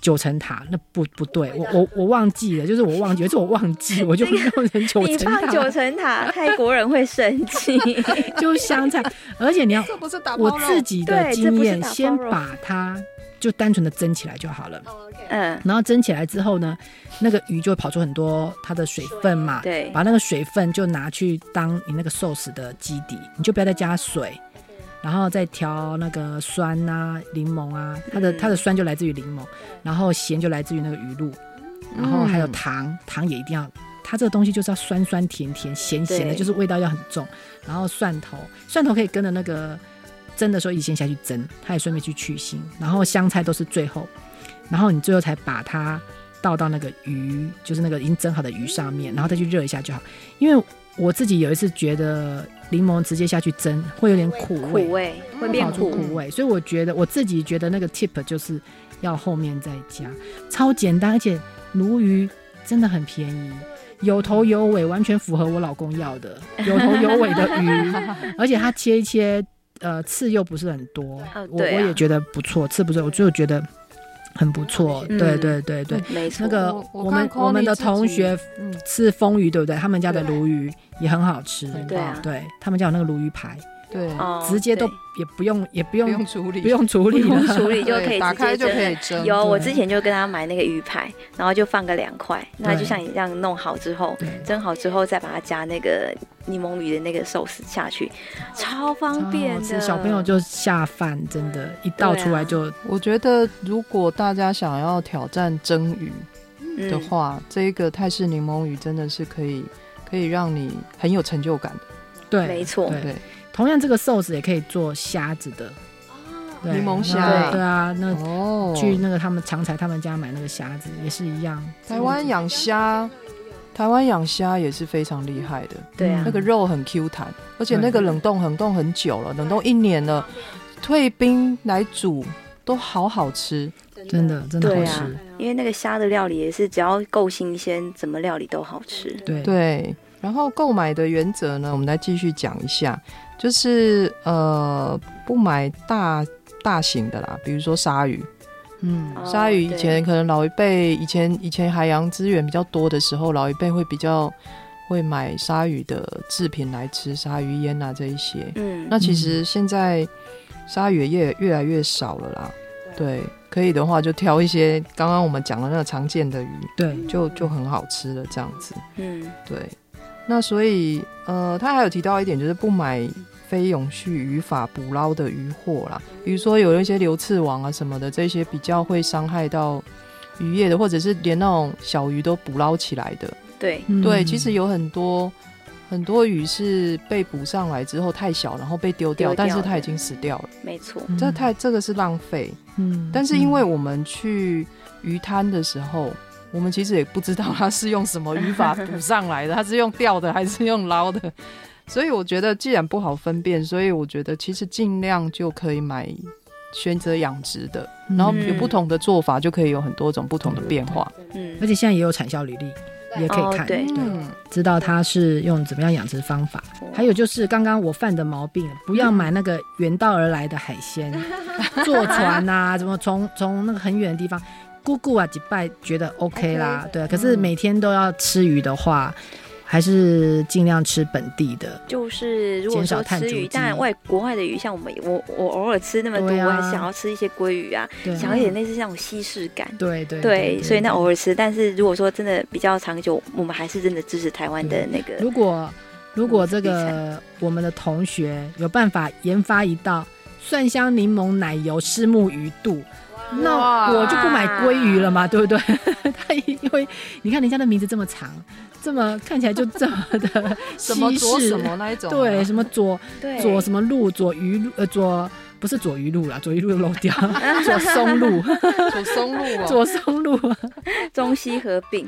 Speaker 4: 九层塔那不不对，我我我忘记了，就是我忘记，有一次我忘记，我就弄成九
Speaker 2: 你
Speaker 4: 层
Speaker 2: 放九
Speaker 4: 塔，
Speaker 2: 层
Speaker 3: [LAUGHS]
Speaker 2: 塔，泰国人会生气。
Speaker 4: [LAUGHS] 就香菜，而且你要
Speaker 3: 这不是打
Speaker 4: 我
Speaker 3: 包肉
Speaker 4: 自己的
Speaker 2: 对这
Speaker 4: 经
Speaker 2: 不是
Speaker 4: 验，
Speaker 2: 打包
Speaker 4: 先
Speaker 2: 肉
Speaker 4: 把它就单纯的蒸起来就好了。
Speaker 2: 嗯，
Speaker 4: 然后蒸起来之后呢，那个鱼就会跑出很多它的水分嘛，
Speaker 2: 对
Speaker 4: 把那个水分就拿去当你那个寿司的基底，你就不要再加水，然后再调那个酸啊、柠檬啊，它的
Speaker 2: 嗯
Speaker 4: 它的酸就来自于柠檬，然后咸就来自于那个鱼露，然后还有
Speaker 3: 嗯
Speaker 4: 糖，糖也一定要。它这个东西就是要酸酸甜甜、咸咸的，
Speaker 2: 对
Speaker 4: 就是味道要很重。然后蒜头，蒜头可以跟着那个蒸的时候一起先下去蒸，它也顺便去去腥。然后香菜都是最后，然后你最后才把它倒到那个鱼，就是那个已经蒸好的鱼上面，然后再去热一下就好。因为我自己有一次觉得柠檬直接下去蒸会有点苦味，
Speaker 2: 苦味会
Speaker 4: 会
Speaker 2: 变
Speaker 4: 跑出
Speaker 2: 苦。
Speaker 4: 苦味，所以我觉得我自己觉得那个 tip 就是要后面再加，超简单，而且鲈鱼真的很便宜。有头有尾，完全符合我老公要的有头有尾的
Speaker 2: [LAUGHS]
Speaker 4: 鱼，而且它切一切，呃，刺又不是很多，
Speaker 2: 哦
Speaker 4: 我我
Speaker 2: 对啊
Speaker 4: 也觉得不错，刺不是，我就觉得很不错，
Speaker 2: 嗯
Speaker 4: 对对对对，
Speaker 2: 没错，
Speaker 4: 那个
Speaker 3: 我我
Speaker 4: 我们
Speaker 3: 看
Speaker 4: 我们
Speaker 3: Connie
Speaker 4: 的
Speaker 3: 自己
Speaker 4: 同学
Speaker 3: 嗯
Speaker 4: 吃风鱼，对不对？他们家的鲈鱼也很好吃，
Speaker 3: 很
Speaker 2: 对啊
Speaker 4: 对他们家有那个鲈鱼排，
Speaker 3: 对，
Speaker 2: 哦
Speaker 4: 直接都
Speaker 2: 对
Speaker 4: 也不用也不
Speaker 3: 不用
Speaker 4: 用
Speaker 3: 处理，
Speaker 4: 不用处理
Speaker 2: 不用
Speaker 4: 了，
Speaker 2: 处理就可
Speaker 3: 对
Speaker 2: 以
Speaker 3: 打
Speaker 2: 直
Speaker 3: 开
Speaker 2: 接
Speaker 3: 就可
Speaker 2: 蒸
Speaker 3: 以蒸。
Speaker 2: 有，我
Speaker 4: 对
Speaker 2: 之前就跟他买那个鱼排，然后就放个两块，那
Speaker 4: 对
Speaker 2: 就像你这样弄好之后，
Speaker 4: 对，
Speaker 2: 蒸好之后再把它加那个柠檬鱼的那个寿司下去，超方便
Speaker 4: 超好
Speaker 2: 的。啊
Speaker 4: 吃小朋友就下饭，真的，一倒出来就
Speaker 3: 我觉得如果大家想要挑战蒸鱼，
Speaker 2: 嗯
Speaker 3: 的话，这一个泰式柠檬雨真的是可以可以让你很有成就感的。
Speaker 4: 对，
Speaker 2: 没错，
Speaker 4: 对
Speaker 3: 对，
Speaker 4: 同样这个寿司也可以做虾子的，
Speaker 2: 哦
Speaker 4: 对
Speaker 3: 柠檬虾
Speaker 4: 那对啊，那
Speaker 3: 哦，
Speaker 4: 去那个他们常才他们家买那个虾子也是一样，
Speaker 3: 台湾养虾，台湾养虾也是非常厉害的，
Speaker 2: 对啊
Speaker 3: 那个肉很 Q 弹，而且那个
Speaker 4: 嗯对
Speaker 3: 冷冻冷冻很久了，冷冻一年了，退冰来煮都好好吃。
Speaker 4: 真的真的好
Speaker 2: 对啊
Speaker 4: 吃，
Speaker 2: 因为那个虾的料理也是只要够新鲜，怎么料理都好吃。
Speaker 4: 对
Speaker 3: 对，然后购买的原则呢，我们来继续讲一下，就是呃，不买大大型的啦，比如说鲨鱼。
Speaker 4: 嗯，
Speaker 2: 哦
Speaker 3: 鲨鱼以
Speaker 2: 对
Speaker 3: 前可能老一辈，以前以前海洋资源比较多的时候，老一辈会比较会买鲨鱼的制品来吃，鲨鱼烟啊这一些。
Speaker 2: 嗯，
Speaker 3: 那其实现在鲨鱼也越越来越少了啦。对，可以的话就挑一些刚刚我们讲的那个常见的鱼，
Speaker 4: 对，
Speaker 3: 就就很好吃了这样子。
Speaker 2: 嗯，
Speaker 3: 对，那所以呃，他还有提到一点，就是不买非永续渔法捕捞的渔获啦，比如说有一些流刺网啊什么的，这些比较会伤害到渔业的，或者是连那种小鱼都捕捞起来的。
Speaker 2: 对，
Speaker 4: 嗯
Speaker 3: 对，其实有很多很多鱼是被捕上来之后太小，然后被丢掉，
Speaker 2: 丢掉
Speaker 3: 但是它
Speaker 2: 的嗯
Speaker 3: 已经死掉了，
Speaker 2: 没错，
Speaker 3: 这太这个是浪费。
Speaker 4: 嗯
Speaker 3: 但是因为我们去鱼滩的时候，我们其实也不知道它是用什么语法捕上来的，它是用钓的还是用捞的， [LAUGHS] 所以我觉得既然不好分辨，所以我觉得其实尽量就可以买选择养殖的，然后
Speaker 2: 嗯
Speaker 3: 有不同的做法，就可以有很多种不同的变化。
Speaker 2: 嗯
Speaker 4: 而，且现在也有产销履历，也可以
Speaker 2: 哦
Speaker 4: 看，
Speaker 2: 对
Speaker 3: 嗯，
Speaker 4: 知道它是用怎么样养殖方法。还有就是刚刚我犯的毛病，不要买那个远道而来的海
Speaker 2: [LAUGHS]
Speaker 4: 鲜，坐船啊，怎么从从那个很远的地方。姑姑啊，几拜觉得 OK 啦
Speaker 2: 嗯
Speaker 4: 对。啊可是每天都要吃鱼的话，还是尽量吃本地的。
Speaker 2: 就是如果
Speaker 4: 减少
Speaker 2: 说
Speaker 4: 碳
Speaker 2: 吃
Speaker 4: 足迹
Speaker 2: 鱼，当然外国外的鱼，像我们我我偶尔吃那么多，
Speaker 4: 对啊
Speaker 2: 我还想要吃一些鲑鱼啊，
Speaker 4: 对
Speaker 2: 想要一点类似那种西式感。
Speaker 4: 对对
Speaker 2: 对，所以那偶尔吃，但是如果说真的比较长久，我们还是真的支持台湾的那个
Speaker 4: 嗯如果如果这
Speaker 2: 嗯
Speaker 4: 个我们的同学有办法研发一道蒜香柠檬奶油虱目鱼肚，
Speaker 3: 啊
Speaker 4: 那我就不买鲑鱼了嘛，对不对？ [LAUGHS] 他因为你看人家的名字这么长，这么看起来就这么的
Speaker 3: 什么
Speaker 4: 西
Speaker 3: 做
Speaker 4: 式
Speaker 3: 什么那一种啊，
Speaker 4: 对，什么左
Speaker 2: 对
Speaker 4: 左什么路，左鱼路，呃，左不是左鱼路啦，左鱼路漏掉， [LAUGHS] 左松
Speaker 3: [LAUGHS]
Speaker 4: 路，
Speaker 3: 煮松露啊，
Speaker 4: 左松路。
Speaker 2: 中西合
Speaker 4: [LAUGHS]
Speaker 2: 并。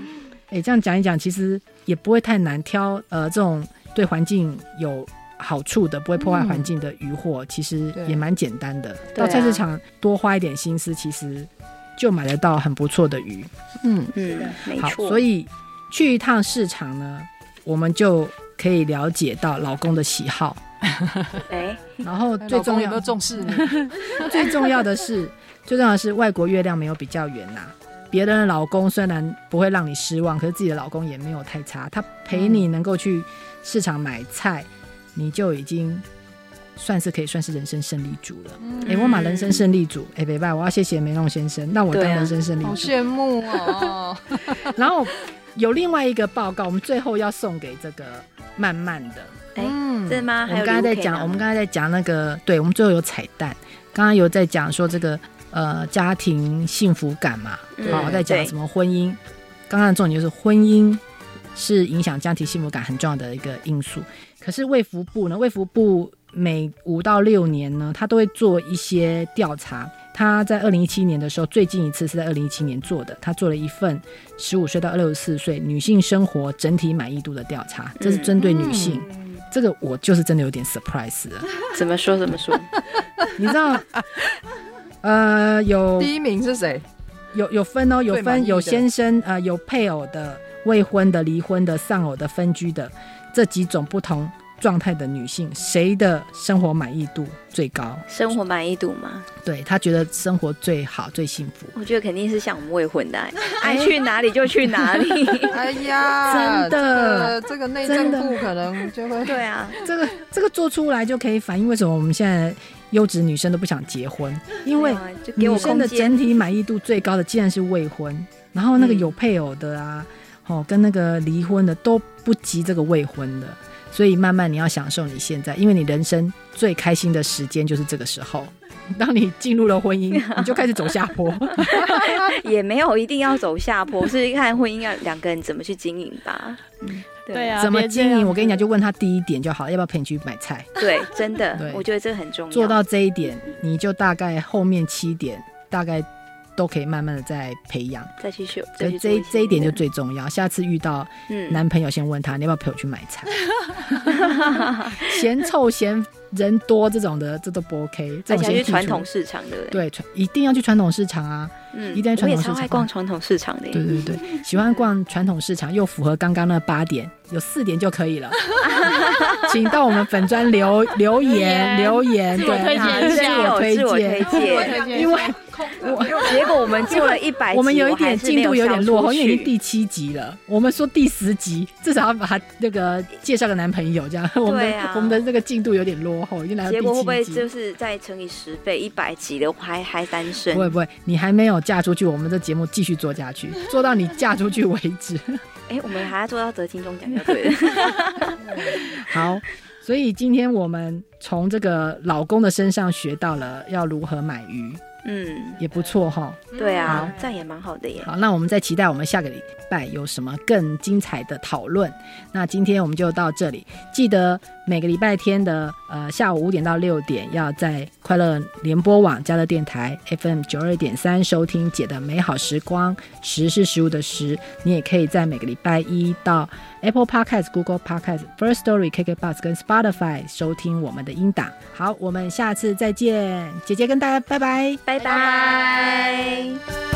Speaker 4: 哎，这样讲一讲，其实也不会太难挑，呃，这种对环境有好处的，不会破坏环境的渔获，其实
Speaker 3: 嗯对
Speaker 4: 也蛮简单的。
Speaker 2: 对
Speaker 4: 到
Speaker 2: 啊
Speaker 4: 菜市场多花一点心思，其实就买得到很不错的鱼。
Speaker 3: 嗯，
Speaker 2: 嗯，没
Speaker 4: 好，
Speaker 2: 错。
Speaker 4: 所以去一趟市场呢，我们就可以了解到老公的喜
Speaker 3: [LAUGHS]
Speaker 4: 好，
Speaker 2: 哎，
Speaker 4: 然后
Speaker 3: 哎
Speaker 4: 最
Speaker 3: 老公
Speaker 4: 重
Speaker 3: 有没
Speaker 4: 要
Speaker 3: 有、重视你？
Speaker 4: 最重要的是， [LAUGHS] 最重要的是外国月亮没有比较圆呐、别人的老公虽然不会让你失望，可是自己的老公也没有太差。他陪你能够去市场买菜，你就已经算是可以算是人生胜利组了。
Speaker 3: 嗯
Speaker 4: 哎、我买人生胜利组，哎、别拜，我要谢谢梅弄先生，让我当
Speaker 2: 对啊
Speaker 4: 人生胜利
Speaker 3: 好
Speaker 4: 组。
Speaker 3: 羡慕哦，
Speaker 4: 然后有另外一个报告，我们最后要送给这个慢慢的。
Speaker 2: [LAUGHS] 哎
Speaker 3: 嗯
Speaker 2: 真的吗？
Speaker 4: 我
Speaker 2: 还
Speaker 4: 们
Speaker 2: 有
Speaker 4: 刚才在
Speaker 2: 礼物可以拿
Speaker 4: 讲，我们刚才在讲那个，对，我们最后有彩蛋。刚刚有在讲说这个呃家庭幸福感嘛，
Speaker 2: 嗯
Speaker 4: 好、在讲
Speaker 2: 对
Speaker 4: 什么婚姻。刚刚的重点就是婚姻是影响家庭幸福感很重要的一个因素。可是卫福部呢，卫福部每五到六年呢，他都会做一些调查。他在二零一七年的时候，最近一次是在二零一七年做的，他做了一份十五岁到六十四岁女性生活整体满意度的调查，这是针对女性。这个我就是真的有点 surprise 了，
Speaker 2: 怎么说怎么说？
Speaker 4: 你知道？呃，有
Speaker 3: [LAUGHS] 第一名是谁？
Speaker 4: 有有分哦，有
Speaker 3: 最满意
Speaker 4: 分
Speaker 3: 的
Speaker 4: 有先生呃有配偶的、未婚的、离婚的、丧偶的、分居的这几种不同状态的女性，谁的生活满意度最高？
Speaker 2: 生活满意度吗？
Speaker 4: 对她觉得生活最好、最幸福。
Speaker 2: 我觉得肯定是像我们未婚的，啊爱
Speaker 4: 哎
Speaker 2: 去哪里就去哪
Speaker 4: [LAUGHS]
Speaker 2: 里。
Speaker 3: 哎呀，
Speaker 4: 真的
Speaker 3: 这个这个内
Speaker 4: 真
Speaker 3: 政
Speaker 4: 的
Speaker 3: 部可能就会
Speaker 2: 对啊，
Speaker 4: 这个这个做出来就可以反映为什么我们现在优质女生都不想结婚，因为
Speaker 2: 没有啊就给
Speaker 4: 女
Speaker 2: 我
Speaker 4: 生
Speaker 2: 空
Speaker 4: 的
Speaker 2: 间
Speaker 4: 整。体满意度最高的竟然是未婚，然后那个
Speaker 2: 嗯
Speaker 4: 有配偶的啊，哦，跟那个离婚的都不及这个未婚的，所以慢慢你要享受你现在，因为你人生最开心的时间就是这个时候。当你进入了婚姻，你就开始走下
Speaker 2: [LAUGHS]
Speaker 4: 坡。 [LAUGHS]
Speaker 2: 也没有一定要走下坡， [LAUGHS] 是看婚姻要两个人怎么去经营吧。
Speaker 4: 嗯
Speaker 5: 对啊
Speaker 4: 怎么经
Speaker 5: 别这
Speaker 4: 营？
Speaker 5: 样
Speaker 4: 我跟你讲，就问他第一点就好了，要不要陪你去买菜？
Speaker 2: 对，真
Speaker 4: 对
Speaker 2: 的，我觉得这个很重要。
Speaker 4: 做到这一点，你就大概后面七点大概都可以慢慢的在培养。
Speaker 2: 再去修，
Speaker 4: 所
Speaker 2: 再
Speaker 4: 以
Speaker 2: 去
Speaker 4: 这
Speaker 2: 做
Speaker 4: 一这一点就
Speaker 2: 新的
Speaker 4: 最重要。下次遇到
Speaker 2: 嗯
Speaker 4: 男朋友，先问他你要不要陪我去买菜， [LAUGHS] 嫌臭嫌人多这种的，这都不 OK。这
Speaker 2: 而
Speaker 4: 种
Speaker 2: 且要去
Speaker 4: 先剔
Speaker 2: 传
Speaker 4: 除
Speaker 2: 统市场，对不对？
Speaker 4: 对，传一定要去传统市场啊！
Speaker 2: 嗯，
Speaker 4: 一定要去传
Speaker 2: 我也
Speaker 4: 统市
Speaker 2: 超爱
Speaker 4: 场
Speaker 2: 逛传统市场的耶。
Speaker 4: 对对对，喜欢逛传统市场，又符合刚刚那八点，有四点就可以
Speaker 2: [LAUGHS]
Speaker 4: 了。请到我们粉砖留留言留
Speaker 5: 留
Speaker 4: 言，
Speaker 5: 自
Speaker 4: 对，
Speaker 5: 我推荐一
Speaker 4: 自
Speaker 5: 下
Speaker 4: 我
Speaker 2: 自我
Speaker 4: 推
Speaker 2: 推
Speaker 4: 荐。
Speaker 2: 荐。
Speaker 4: 因为
Speaker 2: 结果我们做了一百集，
Speaker 4: 我们有一
Speaker 2: 还
Speaker 4: 点
Speaker 2: 是
Speaker 4: 进
Speaker 2: 没
Speaker 4: 度有
Speaker 2: 有
Speaker 4: 点
Speaker 2: 销
Speaker 4: 落后，
Speaker 2: 出
Speaker 4: 因为已经
Speaker 2: 去
Speaker 4: 第七集了。我们说第十集，至少要把他那个介绍个男朋友这样。我们
Speaker 2: 对
Speaker 4: 的、
Speaker 2: 啊
Speaker 4: 我们的这个进度有点落后，已经来到第
Speaker 2: 结果会不会
Speaker 4: 七集。
Speaker 2: 就是再乘以十倍，一百集的我还还单身
Speaker 4: 不？会不会，你还没有嫁出去，我们这节目继续做下去，做到你嫁出去为止。 [LAUGHS]
Speaker 2: 哎，我们还要做到得金钟奖就对了。
Speaker 4: 好，所以今天我们从这个老公的身上学到了要如何买鱼，
Speaker 2: 嗯，
Speaker 4: 也不错哈。
Speaker 2: 对啊，这样也蛮好的耶。
Speaker 4: 好，那我们再期待我们下个礼拜有什么更精彩的讨论。那今天我们就到这里，记得每个礼拜天的呃下午五点到六点，要在快乐联播网加乐电台 FM 九二点三收听《姐的美好时光》，十是食物的食。你也可以在每个礼拜一到 Apple Podcast、Google Podcast、First Story、KK Bus 跟 Spotify 收听我们的音档。好，我们下次再见，姐姐跟大家拜拜。
Speaker 2: 拜拜。